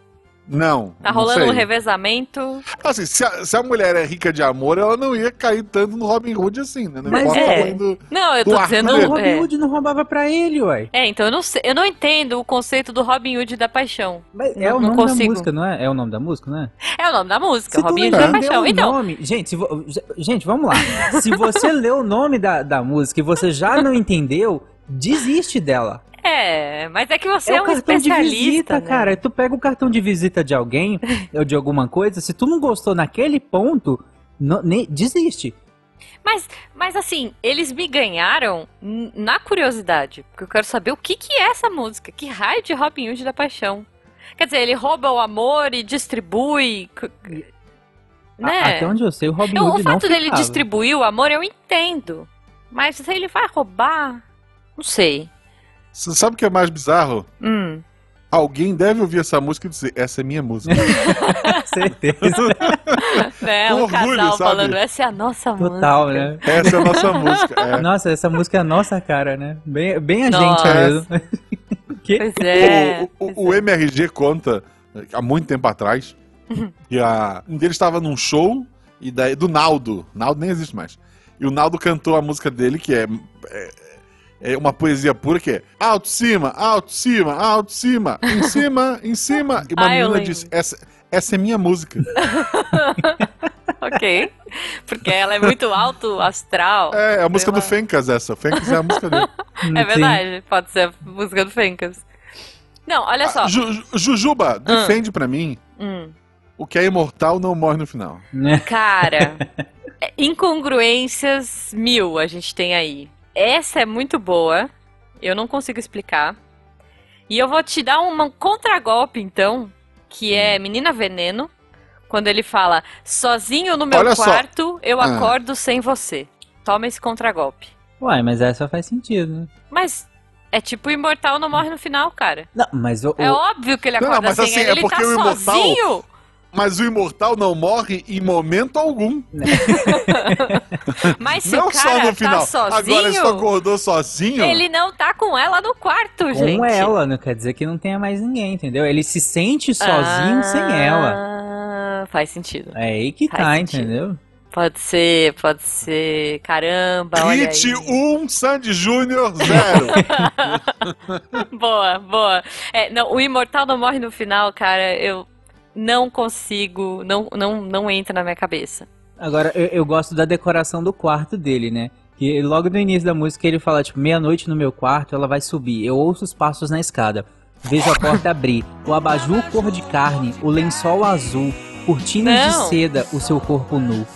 S1: Não.
S2: Tá
S1: não
S2: rolando
S1: sei.
S2: um revezamento.
S1: Assim, se a, se a mulher é rica de amor, ela não ia cair tanto no Robin Hood assim, né? Não
S4: Mas
S1: importa
S2: é.
S1: quando-
S2: Não, eu
S1: O
S2: tô
S1: arco
S2: dizendo.
S4: Mas o Robin
S2: é.
S4: Hood não roubava pra ele, ué.
S2: É, então eu não sei, eu não entendo o conceito do Robin Hood da paixão.
S4: Mas é
S2: Não- não
S4: o nome da
S2: consigo.
S4: música, não é? É o nome da música, não é?
S2: É o nome da música,
S4: tu
S2: Robin
S4: não
S2: Hood da
S4: entendeu
S2: paixão.
S4: o
S2: Então,
S4: É um nome- Gente, se vo- gente, vamos lá. Se você lê o nome da, da música e você já não entendeu, desiste dela.
S2: é, mas é que você é,
S4: o
S2: um
S4: cartão de
S2: especialista,
S4: visita,
S2: né?
S4: cara. Tu pega o cartão de visita de alguém ou de alguma coisa, se tu não gostou naquele ponto, não- nem- desiste.
S2: Mas, mas assim, eles me ganharam n- na curiosidade, porque eu quero saber o que que é essa música, que raio de Robin Hood da paixão. Quer dizer, ele rouba o amor e distribui, c- c-
S4: A-
S2: né?
S4: até onde eu sei, o Robin
S2: Eu-
S4: Hood
S2: o
S4: não
S2: fato dele
S4: ficava.
S2: distribuir o amor eu entendo, mas se ele vai roubar, não sei.
S1: Você sabe o que é mais bizarro?
S2: Hum.
S1: Alguém deve ouvir essa música e dizer, essa é minha música.
S4: Certeza.
S2: Né,
S1: Com
S2: um
S1: orgulho,
S2: casal
S1: sabe?
S2: falando, essa é a nossa
S4: Total,
S2: música.
S4: né?
S1: essa é a nossa música. É.
S4: Nossa, essa música é a nossa cara, né? Bem, bem a
S2: Nossa. É
S4: gente mesmo.
S2: Pois é.
S1: O, o- o MRG conta, eh, há muito tempo atrás, que a, um deles estava num show e daí, do Naldo. Naldo nem existe mais. E o Naldo cantou a música dele, que é, é, é uma poesia pura, que é alto cima, alto cima, alto cima, em cima, em cima. E uma
S2: Ah,
S1: menina
S2: eu lembro.
S1: disse, essa, essa é minha música.
S2: ok. Porque ela é muito alto astral.
S1: É, é a música
S2: Sei
S1: do
S2: lá.
S1: Fencas essa. O Fencas é a música dele.
S2: É verdade, pode ser a música do Fencas. Não, olha só. Ah.
S1: Ah, Ju- Ju- Jujuba, defende pra mim
S2: Hum,
S1: o que é imortal não morre no final.
S4: Né?
S2: cara, é, incongruências mil a gente tem aí. Essa é muito boa, eu não consigo explicar. E eu vou te dar um contragolpe, então, que é Menina Veneno, quando ele fala: Sozinho no meu
S1: Olha só.
S2: quarto, eu
S1: Ah.
S2: acordo sem você. Toma esse contragolpe.
S4: Uai, mas essa faz sentido, né?
S2: Mas é tipo, o imortal não morre no final, cara.
S4: Não, mas o,
S2: É
S4: o-
S2: óbvio que ele
S1: Não, não,
S2: acorda
S1: mas
S2: sem
S1: assim,
S2: ele,
S1: é
S2: ele
S1: porque
S2: tá
S1: o imortal-
S2: sozinho.
S1: Mas o imortal não morre em momento algum.
S2: Mas se
S1: não
S2: o cara
S1: só no
S2: tá
S1: final. Agora ele
S2: sozinho,
S1: só acordou sozinho.
S2: ele não tá com ela no quarto,
S4: com
S2: gente.
S4: ela não quer dizer que não tenha mais ninguém, entendeu? Ele se sente sozinho
S2: Ah,
S4: sem ela.
S2: Faz sentido.
S4: É aí que
S2: Faz
S4: tá,
S2: sentido.
S4: entendeu?
S2: Pode ser, pode ser. Caramba, olha
S1: Hit
S2: aí.
S1: 1, Sandy Júnior 0.
S2: Boa, boa. É, não, o imortal não morre no final, cara. Eu não consigo, não, não, não entra na minha cabeça.
S4: Agora, eu, eu gosto da decoração do quarto dele, né? Que logo no início da música ele fala, tipo, meia-noite no meu quarto, ela vai subir. Eu ouço os passos na escada. Vejo a porta abrir. O abajur cor de carne, o lençol azul, cortinas
S2: Não.
S4: de seda, o seu corpo nu.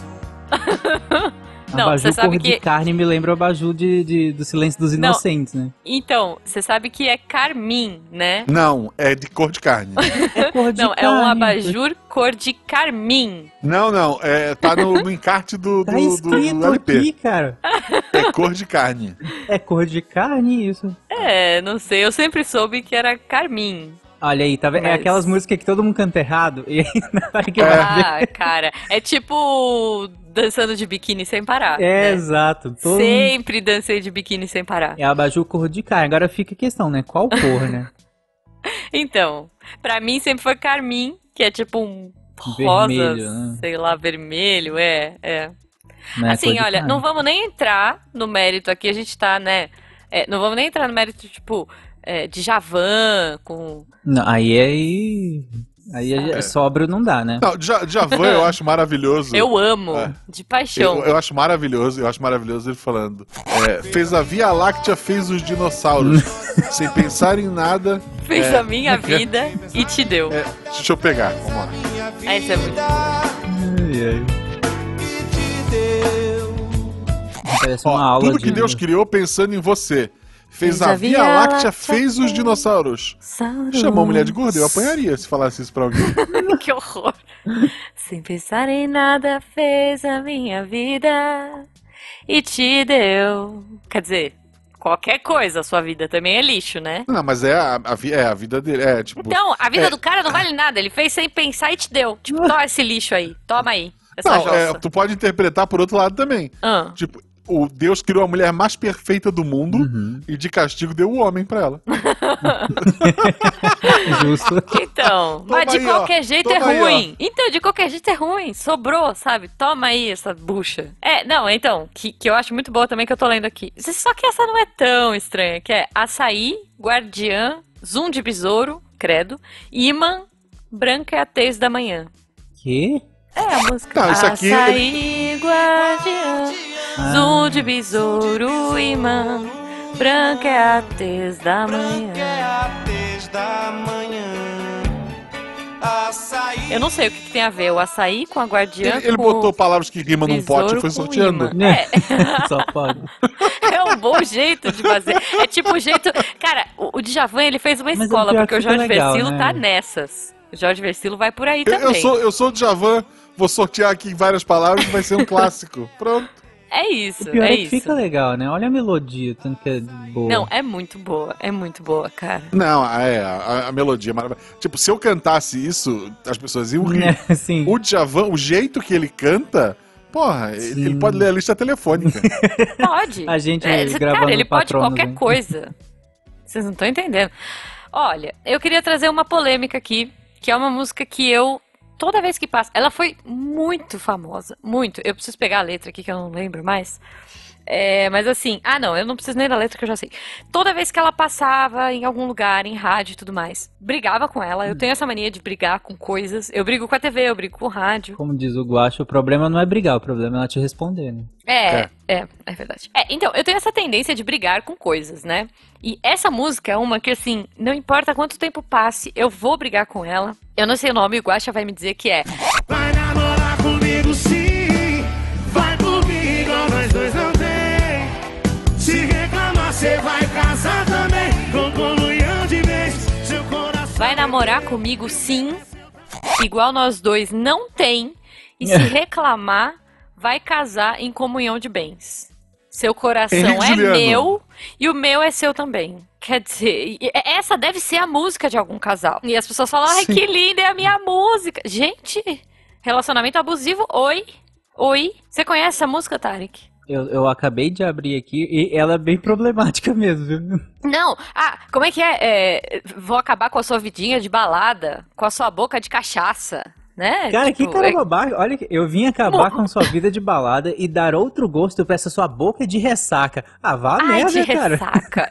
S2: Não,
S4: abajur
S2: você sabe
S4: cor de
S2: que-
S4: carne me lembra o abajur de, de- do Silêncio dos
S2: Não.
S4: Inocentes, né?
S2: Então, você sabe que é carmim, né?
S1: Não, é de cor de carne.
S4: É cor de
S2: Não, é um
S4: carne.
S2: abajur cor de carmim.
S1: Não, não, é, tá no, no encarte do, do,
S4: Tá
S1: do- do
S4: escrito
S1: LP.
S4: aqui, cara.
S1: É cor de carne.
S4: É cor de carne isso.
S2: É, não sei, eu sempre soube que era carmim.
S4: Olha aí, tá vendo? É
S2: Mas-
S4: aquelas músicas que todo mundo canta errado. E aí, na hora
S1: É.
S4: que vai ver-
S2: Ah, cara, é tipo dançando de biquíni sem parar. né?
S4: É, exato. Todo mundo-
S2: Sempre dancei de biquíni sem parar.
S4: É abajur cor de carne. Agora fica a questão, né? Qual cor, né?
S2: Então, pra mim sempre foi carmim, que é tipo um rosa,
S4: Vermelho, né?
S2: sei lá, vermelho, é, é.
S4: Não é cor
S2: assim,
S4: de
S2: olha,
S4: carne.
S2: não vamos nem entrar no mérito aqui, a gente tá, né? é, não vamos nem entrar no mérito, tipo, é, de Javan, com.
S4: Não, aí aí. Aí
S1: É.
S4: é. sobro não dá, né?
S1: Não, Ja- Javan eu acho maravilhoso.
S2: Eu amo,
S1: É.
S2: de
S1: Eu,
S2: paixão.
S1: eu acho maravilhoso, eu acho maravilhoso ele falando. é, fez a Via Láctea, fez os dinossauros. sem pensar em nada.
S2: Fez
S1: é,
S2: a minha vida e te deu.
S1: é, deixa eu pegar, vamos lá.
S2: É, isso é muito.
S4: Parece
S1: Ó,
S4: Então, é uma aula
S1: tudo
S4: de... um-
S1: que Deus criou pensando em você. Fez
S2: Fez
S1: a
S2: a
S1: Via
S2: Via
S1: Láctea,
S2: Láctea,
S1: fez os dinossauros. Chamou a mulher de gorda, eu apanharia se falasse isso pra alguém.
S2: que horror. Sem pensar em nada, fez a minha vida e te deu. Quer dizer, qualquer coisa, a sua vida também é lixo, né?
S1: Não, mas é a, a vi- é a vida dele. É, tipo.
S2: Então, a vida
S1: É.
S2: do cara não vale nada, ele fez sem pensar e te deu. Tipo, toma esse lixo aí, toma aí, essa
S1: não, é,
S2: jossa.
S1: tu pode interpretar por outro lado também.
S2: Ah,
S1: Tipo, o Deus criou a mulher mais perfeita do mundo
S4: Uhum,
S1: e de castigo deu o homem pra ela.
S4: justo.
S2: Então,
S1: Toma
S2: mas de
S1: aí, ó.
S2: qualquer jeito é
S1: Toma aí, ó.
S2: ruim. Então, de qualquer jeito é ruim. Sobrou, sabe? Toma aí essa bucha. É, não, então, que, que eu acho muito boa também que eu tô lendo aqui. Só que essa não é tão estranha, que é açaí, guardiã, zoom de besouro, credo, imã, branca é a tez da manhã.
S4: Que?
S2: É a música.
S1: Não, isso aqui- Ah.
S2: Açaí, guardiã, zoom de besouro, imã, branca é a tez da manhã.
S5: é a três da manhã. Açaí.
S2: Eu não sei o que, que tem a ver o açaí com a guardiã.
S1: Ele, ele
S2: é com
S1: botou palavras que rimam num
S2: besouro
S1: pote e foi
S2: com
S1: sorteando.
S2: imã. É,
S4: Só pode.
S2: é um bom jeito de fazer. É tipo o jeito. Cara, o, o Djavan ele fez uma
S4: Mas é
S2: escola,
S4: pior
S2: porque
S4: que
S2: o Jorge
S4: fica legal,
S2: Versilo
S4: né?
S2: tá nessas. O Jorge Versilo vai por aí
S1: Eu, eu
S2: também.
S1: sou, eu sou o Javan, vou sortear aqui várias palavras e vai ser um clássico. Pronto.
S2: É
S4: O
S2: isso,
S4: pior
S2: é
S4: é, que
S2: isso.
S4: fica legal, né? Olha a melodia, tanto que é boa.
S2: Não, é muito boa, é muito boa, cara.
S1: Não, é, a, a melodia é maravilhosa. Tipo, se eu cantasse isso, as pessoas iam rir.
S4: É, assim,
S1: O Javan, o jeito que ele canta, porra, ele,
S4: Sim.
S1: ele pode ler a lista telefônica.
S2: Pode.
S4: a gente
S2: É,
S4: gravando
S2: cara, ele pode
S4: Patronos,
S2: qualquer
S4: né?
S2: coisa. Vocês não estão entendendo. Olha, eu queria trazer uma polêmica aqui, que é uma música que eu, toda vez que passa, ela foi muito famosa, muito. Eu preciso pegar a letra aqui que eu não lembro mais. É, mas assim, ah não, eu não preciso nem da letra que eu já sei. Toda vez que ela passava em algum lugar, em rádio e tudo mais, brigava com ela. Eu
S4: Hum.
S2: tenho essa mania de brigar com coisas. Eu brigo com a TV, eu brigo com o rádio.
S4: Como diz o Guacho, o problema não é brigar, o problema é ela te responder, né?
S2: É, é, é verdade. É, então, eu tenho essa tendência de brigar com coisas, né? E essa música é uma que, assim, não importa quanto tempo passe, eu vou brigar com ela. Eu não sei o nome, o Guaxa vai me dizer que é.
S5: Vai namorar comigo sim, vai dormir igual nós dois não tem. Se reclamar, cê vai casar também, com comunhão de vez, seu coração.
S2: Vai namorar comigo sim, igual nós dois não tem, e se reclamar, vai casar em comunhão de bens. Seu coração
S1: Henrique
S2: é
S1: Juliano.
S2: meu e o meu é seu também. Quer dizer, e- e- essa deve ser a música de algum casal. E as pessoas falam, ai,
S1: Sim.
S2: que linda é a minha música. Gente, relacionamento abusivo, oi, oi. Você conhece essa música, Tarek?
S4: Eu, eu acabei de abrir aqui e ela é bem problemática mesmo, viu?
S2: Não, ah, como é que é? É, Vou acabar com a sua vidinha de balada, com a sua boca de cachaça, né?
S4: Cara, que
S2: Tipo,
S4: cara
S2: é-
S4: babaca. Olha, que- eu vim acabar com sua vida de balada e dar outro gosto pra essa sua boca de ressaca. Ah, vá a
S2: Ai, de
S4: merda, cara.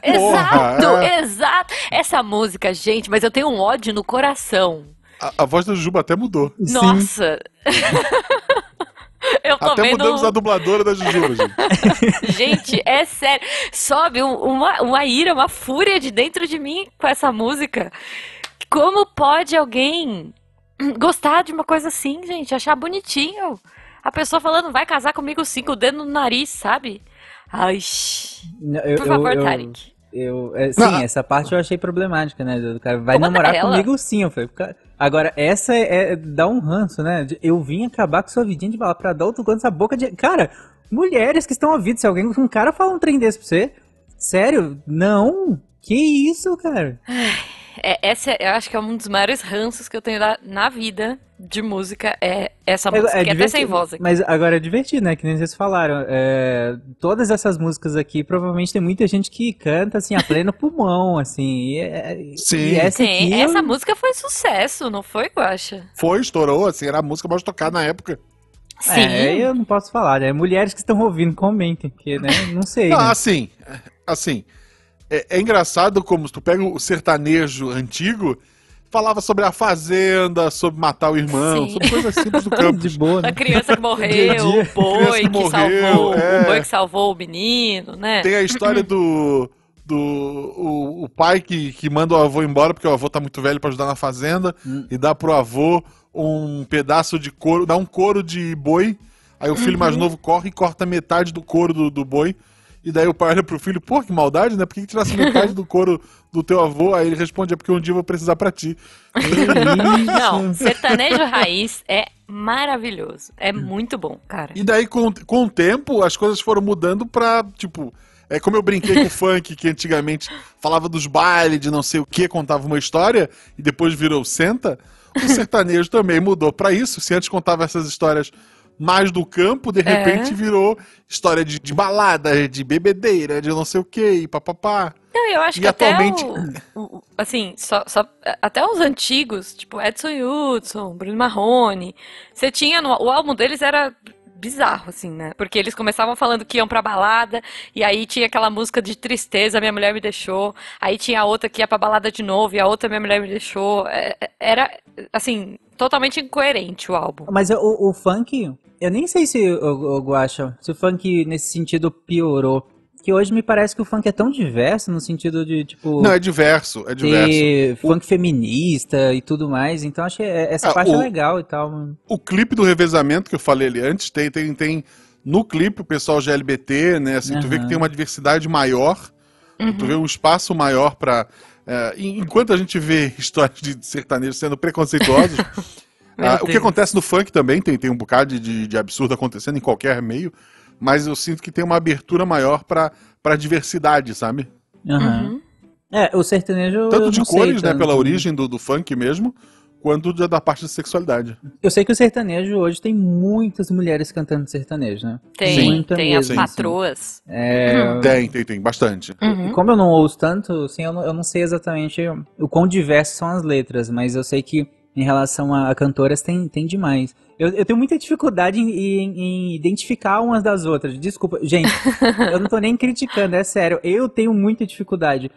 S2: ressaca.
S1: Porra,
S2: exato,
S1: é.
S2: exato. Essa música, gente, mas eu tenho um ódio no coração.
S1: A, a voz do Juba até mudou.
S4: Sim.
S2: Nossa. eu tô
S1: Até
S2: vendo.
S1: mudamos a dubladora da Jujuba, gente.
S2: Gente, é sério. Sobe um- uma, uma ira, uma fúria de dentro de mim com essa música. Como pode alguém gostar de uma coisa assim, gente? Achar bonitinho. A pessoa falando, vai casar comigo sim, com o dedo no nariz, sabe? Ai, shh.
S4: Não, eu-
S2: por
S4: eu-
S2: favor,
S4: eu-
S2: Tarek.
S4: Eu, é, sim,
S1: Não,
S4: essa parte eu achei problemática, né? Do cara vai
S2: Como
S4: namorar
S2: ela?
S4: comigo sim, eu falei. "Cara, Agora, essa é, é- dá um ranço, né? De- Eu vim acabar com sua vidinha de bala pra dar outro quanto essa boca de. Cara, mulheres que estão ouvindo, se alguém, um cara fala um trem desse pra você, sério? Não! Que isso, cara?
S2: É, essa, é- eu acho que é um dos maiores ranços que eu tenho da- na vida de música, é essa
S4: É-
S2: música,
S4: é
S2: que é até sem
S4: divertido,
S2: voz aqui.
S4: Mas agora é divertido, né? Que nem vocês falaram. é, todas essas músicas aqui, provavelmente tem muita gente que canta assim, a pleno pulmão, assim. E, é-
S1: Sim.
S4: e essa
S2: Sim,
S4: aqui eu-
S2: essa música foi sucesso, não foi, Guaxa?
S1: Foi, estourou, assim, era a música mais tocada na época.
S2: Sim.
S4: É, eu não posso falar, né? Mulheres que estão ouvindo, comentem, porque, né? Não sei.
S1: Ah,
S4: né?
S1: assim, assim, é, é engraçado como se tu pega o sertanejo antigo, falava sobre a fazenda, sobre matar o irmão,
S2: Sim.
S1: sobre coisas é simples do campo.
S4: De boa,
S2: A
S4: né?
S2: criança que morreu,
S4: Dia a dia.
S2: o boi
S1: Criança
S2: que,
S1: que morreu,
S2: salvou,
S1: é.
S2: o boi que salvou o menino, né?
S1: Tem a história do. Do o, o pai que, que manda o avô embora, porque o avô tá muito velho pra ajudar na fazenda, e dá pro avô um pedaço de couro, dá um couro de boi, aí o filho mais novo corre e corta metade do couro do, do boi, e daí o pai olha pro filho, pô, que maldade, né? Por que, que tirasse metade do couro do teu avô? Aí ele responde, é porque um dia eu vou precisar pra ti.
S2: Não, sertanejo raiz é maravilhoso. É muito bom, cara.
S1: E daí, com, com o tempo, as coisas foram mudando pra, tipo... É como eu brinquei com o funk, que antigamente falava dos bailes, de não sei o que, contava uma história, e depois virou senta. O sertanejo também mudou pra isso. Se antes contava essas histórias mais do campo, de
S2: É.
S1: repente virou história de, de balada, de bebedeira, de não sei o que, e papapá.
S2: Não, eu acho
S1: E
S2: que até
S1: atualmente-
S2: o, o- o- assim, só, só- até os antigos, tipo Edson Hudson, Bruno Marrone, você tinha no- o álbum deles era bizarro assim, né? Porque eles começavam falando que iam pra balada e aí tinha aquela música de tristeza, minha mulher me deixou. Aí tinha a outra que ia pra balada de novo e a outra minha mulher me deixou. É- é- Era assim, totalmente incoerente o álbum.
S4: Mas o, o funk, eu nem sei se, o, o Guaxa, se o funk nesse sentido piorou. Que hoje me parece que o funk é tão diverso no sentido de, tipo,
S1: Não, é diverso, é diverso.
S4: ter funk feminista e tudo mais. Então acho que é- essa
S1: Ah,
S4: parte é
S1: o-
S4: legal e tal.
S1: O clipe do revezamento que eu falei ali antes, tem, tem, tem no clipe o pessoal GLBT, né? Assim, Tu vê
S4: Aham.
S1: que tem uma diversidade maior,
S4: Uhum.
S1: tu vê um espaço maior pra. eh, en- enquanto a gente vê histórias de sertanejos sendo preconceituosos,
S2: Meu
S4: É,
S1: ah, o que
S2: Deus.
S1: acontece no funk também tem, tem um bocado de- de, de absurdo acontecendo em qualquer meio, mas eu sinto que tem uma abertura maior pra, pra diversidade, sabe?
S4: Aham.
S2: Uhum.
S4: É, o sertanejo. eu
S1: Tanto
S4: não
S1: de
S4: sei
S1: cores, né?
S4: tanto.
S1: Pela origem do, do funk mesmo, quanto da, da parte de sexualidade.
S4: Eu sei que o sertanejo hoje tem muitas mulheres cantando sertanejo, né?
S2: Tem,
S4: Muita
S2: tem as
S4: mesmo, assim.
S2: patroas.
S1: Tem, tem, tem, bastante.
S2: Uhum.
S4: É, E Como eu não ouço tanto, assim, eu não, eu não sei exatamente o quão diversas são as letras, mas eu sei que em relação a, a cantoras tem, tem demais. Eu, eu tenho muita dificuldade em, em- em identificar umas das outras. Desculpa, gente, eu não tô nem criticando, é sério. Eu tenho muita dificuldade.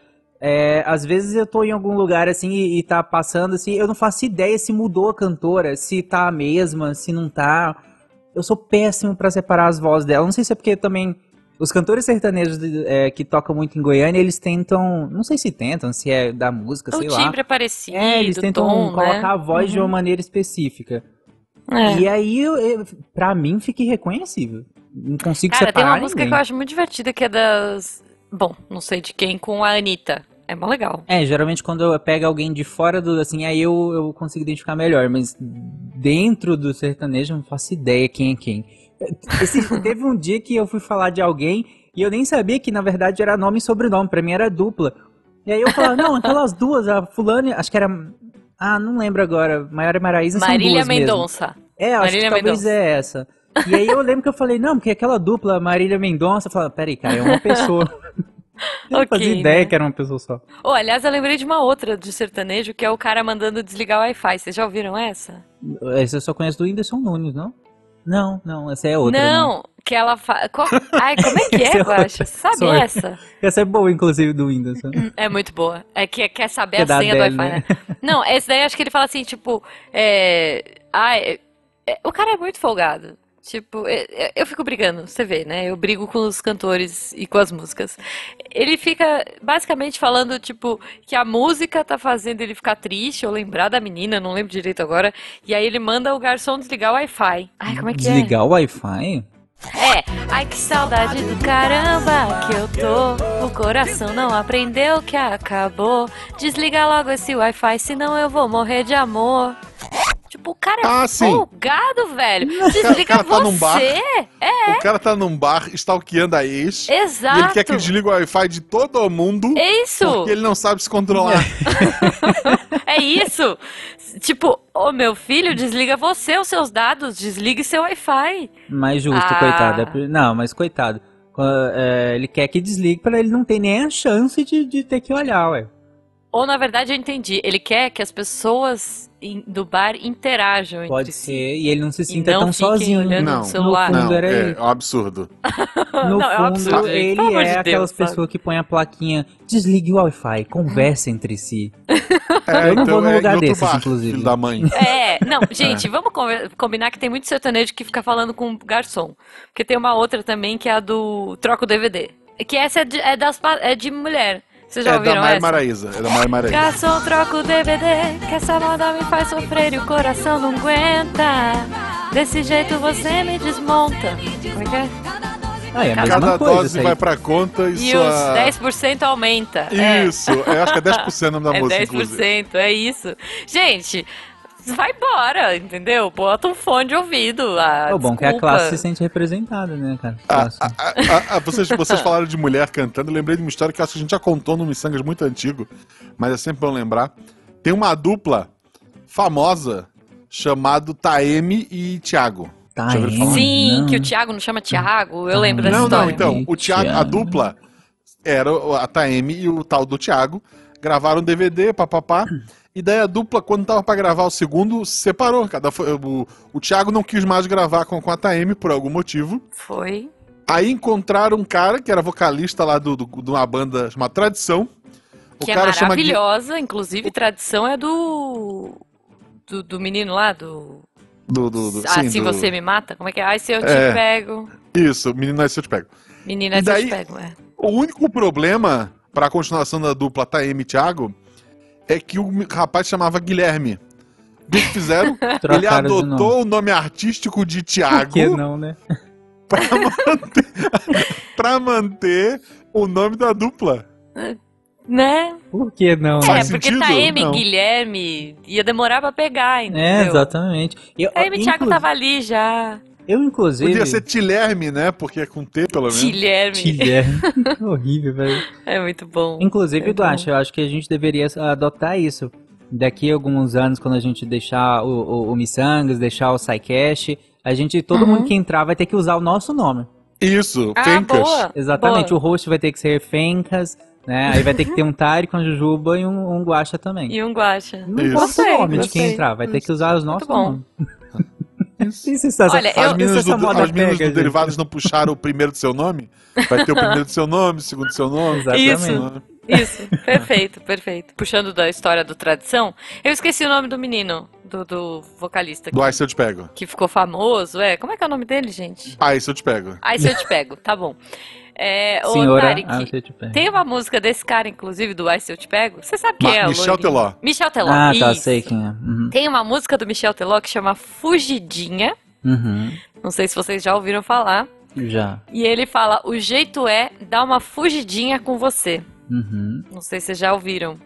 S4: É, às vezes eu tô em algum lugar assim e, e tá passando assim, eu não faço ideia se mudou a cantora, se tá a mesma, se não tá. Eu sou péssimo pra separar as vozes dela. Não sei se é porque também os cantores sertanejos de- é, que tocam muito em Goiânia, eles tentam, não sei se tentam, se é da música,
S2: O
S4: sei lá.
S2: timbre é parecido,
S4: É, eles
S2: o
S4: tentam
S2: tom,
S4: colocar
S2: né?
S4: a voz de uma maneira específica.
S2: É.
S4: E aí, eu, eu- pra mim, fica irreconhecível. Não consigo
S2: Cara, tem
S4: separar
S2: uma música que eu
S4: ninguém.
S2: acho muito divertida que é das. Bom, não sei de quem, com a Anitta. É mó legal.
S4: É, geralmente quando eu pego alguém de fora do, assim, aí eu, eu consigo identificar melhor, mas dentro do sertanejo eu não faço ideia quem é quem. Esse- teve um dia que eu fui falar de alguém e eu nem sabia que na verdade era nome e sobrenome, pra mim era dupla. E aí eu falava, não, aquelas duas, a fulana, acho que era, ah, não lembro agora, Maiara e Maraísa são
S2: Marília
S4: duas mesmo.
S2: Mendonça.
S4: É, acho
S2: Marília
S4: que talvez
S2: Mendonça.
S4: é essa. E aí eu lembro que eu falei, não, porque aquela dupla Marília Mendonça, eu falava, peraí, cara, é uma pessoa. Eu não
S2: Ok,
S4: fazia ideia
S2: né?
S4: que era uma pessoa só.
S2: Oh, aliás, eu lembrei de uma outra de sertanejo, que é o cara mandando desligar o Wi-Fi. Vocês já ouviram essa?
S4: Essa eu só conheço do Whindersson Nunes, não? Não, não, essa é outra. né?
S2: não, que ela fala. Ai, como é que
S4: Essa
S2: é,
S4: é outra.
S2: Guaxa? Você Sabe
S4: Sorry.
S2: essa?
S4: Essa é boa, inclusive, do Whindersson.
S2: É muito boa. É que quer saber
S4: Que é
S2: a
S4: da
S2: senha
S4: Adele,
S2: do Wi-Fi, né? Não, esse daí acho que ele fala assim, tipo, é... ai, é- é- o cara é muito folgado. Tipo, e- e- eu fico brigando, você vê, né? Eu brigo com os cantores e com as músicas. Ele fica basicamente falando, tipo, que a música tá fazendo ele ficar triste ou lembrar da menina, não lembro direito agora. E aí ele manda o garçom desligar o Wi-Fi. Ai, como é que é?
S4: Desligar o Wi-Fi?
S2: É, ai que saudade do caramba que eu tô. O coração não aprendeu que acabou. Desliga logo esse Wi-Fi, senão eu vou morrer de amor. Tipo, o cara é
S1: Ah, sim.
S2: folgado, velho. Desliga
S1: cara tá num bar.
S2: você. É,
S1: O cara tá num bar stalkeando a ex.
S2: exato.
S1: E ele quer que desligue o Wi-Fi de todo mundo.
S2: É isso.
S1: Porque ele não sabe se controlar.
S2: É isso. Tipo, ô meu filho, desliga você os seus dados, desligue seu Wi-Fi.
S4: Mais justo,
S2: Ah.
S4: coitado. É por- Não, mas coitado. Quan- é, ele quer que desligue pra ele não ter nem a chance de, de ter que olhar, ué.
S2: Ou na verdade eu entendi, ele quer que as pessoas em- do bar interajam entre
S4: Pode
S2: si.
S4: ser. E ele não se
S2: E
S4: sinta
S2: não
S4: tão
S2: fiquem
S4: sozinho.
S2: olhando
S1: Não,
S2: no celular.
S4: fundo
S1: Não,
S4: era
S1: é,
S4: ele.
S1: um absurdo.
S4: No
S2: Não, é um
S4: fundo,
S2: absurdo, gente. Pelo
S4: ele
S2: amor de
S4: é
S2: Deus,
S4: aquelas
S2: sabe?
S4: pessoas que põem a plaquinha desligue o Wi-Fi, conversa entre si.
S1: É,
S4: Eu não vou num
S1: é em
S4: lugar
S1: outro
S4: desses, inclusive.
S1: Filho da mãe.
S2: É, não, gente, vamos conver- combinar que tem muito sertanejo que fica falando com o garçom. Porque tem uma outra também que é a do Troca o DVD. Que essa é de, é das, pa- é de mulher. Vocês já
S1: É da
S2: ouviram
S1: Mari
S2: essa?
S1: Maraíza. É da Mari Maraíza.
S2: Garçom, troca o DVD, que essa moda me faz sofrer e o coração não aguenta. Desse jeito você me desmonta. Como é que é?
S4: Ah, é a mesma
S1: Cada
S4: coisa. isso
S1: dose
S4: aí.
S1: vai pra conta e,
S2: E os
S1: sua...
S2: 10% aumenta. É.
S1: é Isso, eu acho que é 10% o nome da
S2: É
S1: música,
S2: 10%,
S1: inclusive.
S2: é isso. Gente, vai embora, entendeu? Bota um fone de ouvido lá.
S4: É o bom que a
S2: desculpa.
S4: classe se sente representada, né, cara?
S1: Ah,
S4: Classe.
S1: ah, ah, ah, vocês, vocês falaram de mulher cantando, eu lembrei de uma história que eu acho que a gente já contou no Missangas muito antigo, mas é sempre bom lembrar. Tem uma dupla famosa chamado Taeme e Thiago.
S4: Tá,
S1: deixa eu ver falar.
S2: Sim,
S4: não. Ah, tá.
S2: que o Thiago é? não chama Thiago, eu lembro dessa
S1: Não, não,
S2: história.
S1: então, o Thiago, a
S4: Thiago.
S1: dupla era o- a Taeme e o tal do Thiago, gravaram DVD, papapá, e daí a dupla, quando tava pra gravar o segundo, se separou. Cada, foi- o, o Thiago não quis mais gravar com, com a Taeme por algum motivo.
S2: Foi.
S1: Aí encontraram um cara que era vocalista lá do, do- de uma banda chamada Tradição. O
S2: que é
S1: cara chama Gui-
S2: maravilhosa, inclusive, tradição é do, do. do menino lá, do.
S1: do, do, do,
S2: ah,
S1: sim,
S2: se
S1: do-
S2: você me mata? Como é que é? Ai, se eu te
S1: É.
S2: pego.
S1: Isso, o menino nasceu eu te pego.
S2: Menina,
S1: E
S2: se eu
S1: daí-
S2: te pego, é.
S1: O único problema pra continuação da dupla Taeme e Thiago é que o mi- rapaz chamava Guilherme. O que que fizeram? Ele
S4: Trocaram de nome.
S1: adotou o nome artístico de
S4: Por que
S1: Thiago
S4: não, né?
S1: pra manter, pra manter o nome da dupla.
S2: Né?
S4: Por que não?
S2: É,
S1: Faz
S2: porque
S1: sentido?
S2: Taeme e
S1: Não.
S2: Guilherme ia demorar pra pegar, entendeu?
S4: É, exatamente. Eu,
S2: Taeme e Thiago
S4: inclu-
S2: tava ali já.
S4: Eu, inclusive.
S1: Podia ser Tilerme, né? Porque é com T, pelo menos.
S2: Guilherme.
S4: Tilher. Horrível, velho.
S2: É muito bom.
S4: Inclusive,
S2: É bom.
S4: Duarte, eu acho que a gente deveria adotar isso. Daqui a alguns anos, quando a gente deixar o, o, o Missangas, deixar o SciCash, a gente, todo mundo que entrar vai ter que usar o nosso nome.
S1: Isso,
S2: Ah,
S1: Fencas.
S2: boa.
S4: Exatamente.
S2: boa.
S4: O host vai ter que ser Fencas, né? Aí vai ter que ter um Tarek, uma Jujuba e um, um Guaxa também.
S2: E um guacha.
S4: Não
S1: Isso.
S4: importa
S2: Gostei,
S4: o nome de quem
S2: gostei.
S4: entrar, vai ter que usar os nossos
S2: bom.
S4: nomes. Isso, isso, essa,
S2: Olha, eu-
S1: As
S4: isso,
S1: meninas,
S4: essa
S1: do,
S4: moda
S1: as meninas
S4: pega,
S1: do
S4: gente.
S1: Derivados não puxaram o primeiro do seu nome? Vai ter o primeiro do seu nome, o segundo do seu nome.
S4: Exatamente.
S1: terceiro do seu nome.
S2: Isso, perfeito, perfeito. Puxando da história do tradição, eu esqueci o nome do menino, do, do vocalista, que,
S1: Do Ai, se eu te pego.
S2: que ficou famoso. É, como é que é o nome dele, gente?
S1: Ai, se eu te pego.
S2: Aí se eu te pego, tá bom. É, ô,
S4: Senhora,
S2: Tarek,
S4: ah, deixa eu te pegar.
S2: tem uma música desse cara, inclusive, do Ai Se Eu Te Pego? Você sabe quem
S1: Ma-
S2: é,
S1: Michel
S2: loirinho?
S1: Teló.
S2: Michel Teló,
S4: Ah, tá,
S2: isso.
S4: sei quem é. Uhum.
S2: Tem uma música do Michel Teló que chama Fugidinha,
S4: Uhum.
S2: não sei se vocês já ouviram falar,
S4: Já.
S2: e ele fala, o jeito é dar uma fugidinha com você.
S4: Uhum.
S2: Não sei se vocês já ouviram.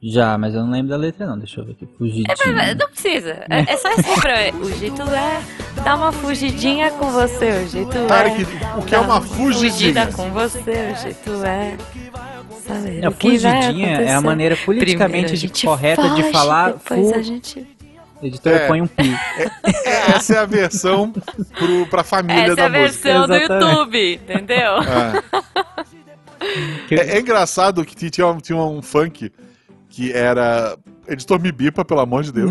S4: Já, mas eu não lembro da letra, não. Deixa eu ver aqui. Fugidinho.
S2: Mas Não precisa. É, é só esse refrão. O jeito é dar uma fugidinha com você. O jeito
S1: Tarek,
S2: é.
S1: o que é
S2: dar
S1: uma
S2: fugida
S1: fugidinha?
S2: com você. O jeito é. Saber
S4: É,
S2: o que vai
S4: fugidinha é a
S2: acontecer.
S4: maneira
S2: Primeiro a
S4: politicamente de-
S2: gente
S4: correta de
S2: foge,
S4: falar.
S2: Depois a
S4: Fu...
S2: gente.
S4: Editor,
S1: É.
S4: põe um pi.
S1: É, essa é a versão pro, pra família
S2: Essa é a
S1: da música.
S2: versão do
S4: Exatamente.
S2: YouTube, entendeu?
S1: É. É, é engraçado que tinha, um- tinha um funk que era. Editor me bipa, pelo amor de Deus.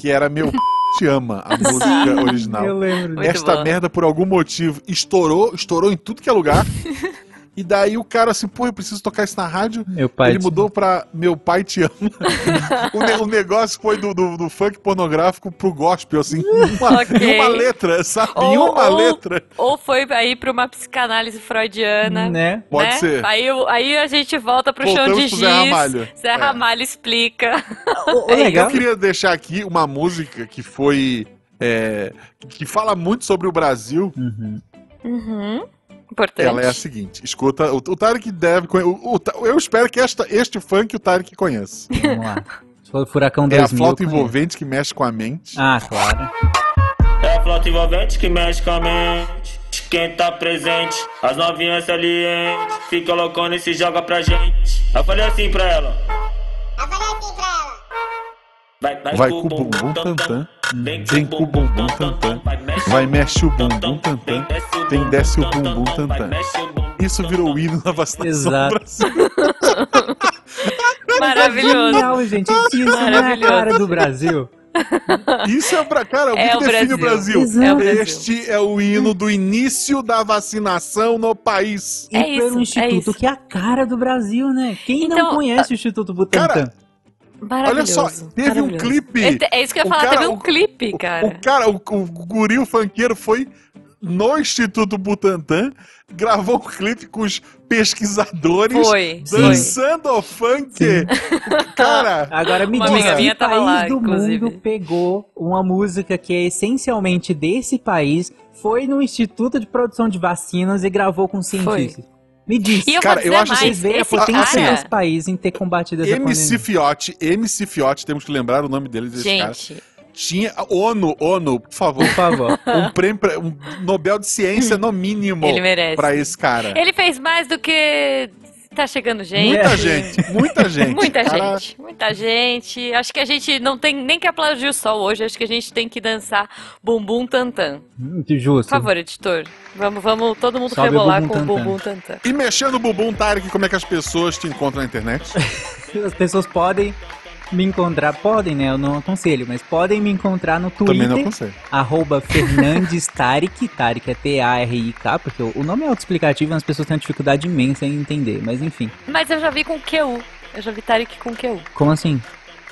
S1: que era Meu P Te Ama, a música original.
S4: Eu lembro.
S2: Muito
S1: Esta
S2: boa.
S1: merda, por algum motivo, estourou, estourou em tudo que é lugar. E daí o cara assim, pô, eu preciso tocar isso na rádio.
S4: Meu pai.
S1: Ele mudou pra Meu Pai Te Ama. o, ne- o negócio foi do, do- do funk pornográfico pro gospel, assim. em Uma,
S2: Ok.
S1: em uma letra, sabe? em
S2: Ou-
S1: uma
S2: ou-
S1: letra.
S2: Ou foi aí pra uma psicanálise freudiana.
S4: Né?
S1: Pode
S2: né?
S1: ser.
S2: Aí, o- aí a gente volta pro chão
S1: Voltamos
S2: de
S1: pro
S2: giz.
S1: Zé Ramalho.
S2: Zé
S1: É.
S2: Ramalho explica.
S4: O, legal.
S1: Eu queria deixar aqui uma música que foi. é, que fala muito sobre o Brasil.
S4: Uhum.
S2: Uhum. Importante.
S1: Ela é a seguinte: escuta, o, o Tarek deve conhecer. eu espero que esta, este funk o Tarek conheça.
S4: Vamos lá. Se for o Furacão
S1: É
S4: 2000.
S1: a flauta
S4: eu conheço.
S1: envolvente que mexe com a mente.
S4: Ah, claro.
S8: É a flauta envolvente que mexe com a mente. Quem tá presente, as novinhas salientes. Fica loucona e se joga pra gente. Eu falei assim pra ela. Vai, vai,
S1: Vai com o bumbum tantã, vem com o bumbum tantã. Vai, mexe o bumbum tantã, tem desce o bumbum tantã. Isso virou o hino da vacinação do
S4: Exato.
S1: Brasil.
S2: Maravilhoso.
S4: Genial, gente. Isso não é a
S2: Maravilhoso.
S4: cara do Brasil.
S1: Isso é pra. Cara, o
S2: É
S1: que
S2: o
S1: define o
S2: Brasil.
S1: Brasil?
S2: É o Brasil.
S1: Este é o hino do início da vacinação no país.
S4: E
S2: É
S4: pelo
S2: isso, é
S4: Instituto
S2: isso.
S4: que é a cara do Brasil, né? Quem não
S2: Então,
S4: conhece o Instituto Butantan?
S1: Cara, Olha só, teve um clipe.
S2: É, é isso que eu
S1: O
S2: ia falar,
S1: cara-
S2: teve um
S1: o-
S2: clipe,
S1: O-
S2: cara.
S1: O cara, o, o guril funkeiro foi no Instituto Butantan, gravou um clipe com os pesquisadores
S2: Foi, foi.
S1: dançando ao funk. Cara,
S4: Agora me
S2: Uma
S4: diz,
S2: amiga
S4: que
S2: minha tava
S4: país
S2: lá,
S4: do
S2: inclusive.
S4: mundo pegou uma música que é essencialmente desse país, foi no Instituto de Produção de Vacinas e gravou com cientistas? Me diz.
S2: E eu
S1: Cara,
S2: vou dizer
S1: eu acho que
S2: mais,
S4: Vocês veem a
S2: esse
S4: potência
S2: cara...
S4: desse país em ter combatido essa
S1: MC
S4: pandemia.
S1: Fiote, MC Fiote, temos que lembrar o nome dele desse cara.
S2: Gente,
S1: Tinha ONU, ONU, por favor,
S4: Por favor.
S1: um prêmio, pra- um Nobel de Ciência no mínimo
S2: ele merece.
S1: pra esse cara.
S2: Ele fez mais do que tá chegando gente.
S1: Muita gente, muita gente.
S2: Muita
S1: Cara,
S2: gente, muita gente. Acho que a gente não tem nem que aplaudir o sol hoje, acho que a gente tem que dançar bumbum tantã.
S4: Muito Hum, justo.
S2: Por favor, editor. Vamos, vamos todo mundo
S4: Sobe o
S2: rebolar
S4: bumbum
S2: com o
S4: tantã.
S2: bumbum tantã.
S1: E mexendo o bumbum, Tarek, como é que as pessoas te encontram na internet?
S4: As pessoas podem me encontrar, podem, né? Eu não aconselho, mas podem me encontrar no
S1: Também não
S4: Twitter,
S1: consegue.
S4: arroba Fernandes Tarek, Tarek é T-A-R-I-K, porque o o nome é autoexplicativo e as pessoas têm uma dificuldade imensa em entender, mas enfim.
S2: Mas eu já vi com QU. Eu já vi Tarek com QU.
S4: Como assim?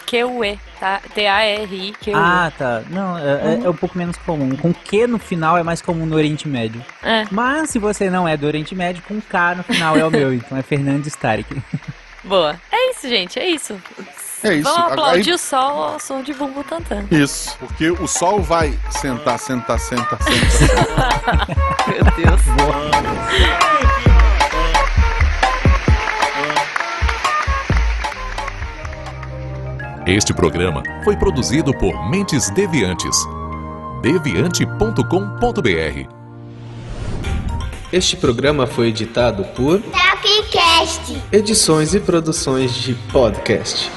S2: QUE, tá? T-A-R-I, QUE.
S4: Ah, tá. Não, é, é- é um pouco menos comum. Com Q no final é mais comum no Oriente Médio.
S2: É.
S4: Mas se você não é do Oriente Médio, com K no final é o meu, então é Fernandes Tarek.
S2: Boa. É isso, gente, é isso.
S1: É isso.
S2: Vamos
S1: Agora-
S2: aplaudir o sol ao som de bumbum tantã.
S1: Isso, porque o sol vai sentar, sentar, sentar, sentar.
S2: Meu Deus.
S9: Este programa foi produzido por Mentes Deviantes. deviante.com.br
S10: Este programa foi editado por
S11: Tapcast.
S10: Edições e Produções de Podcast.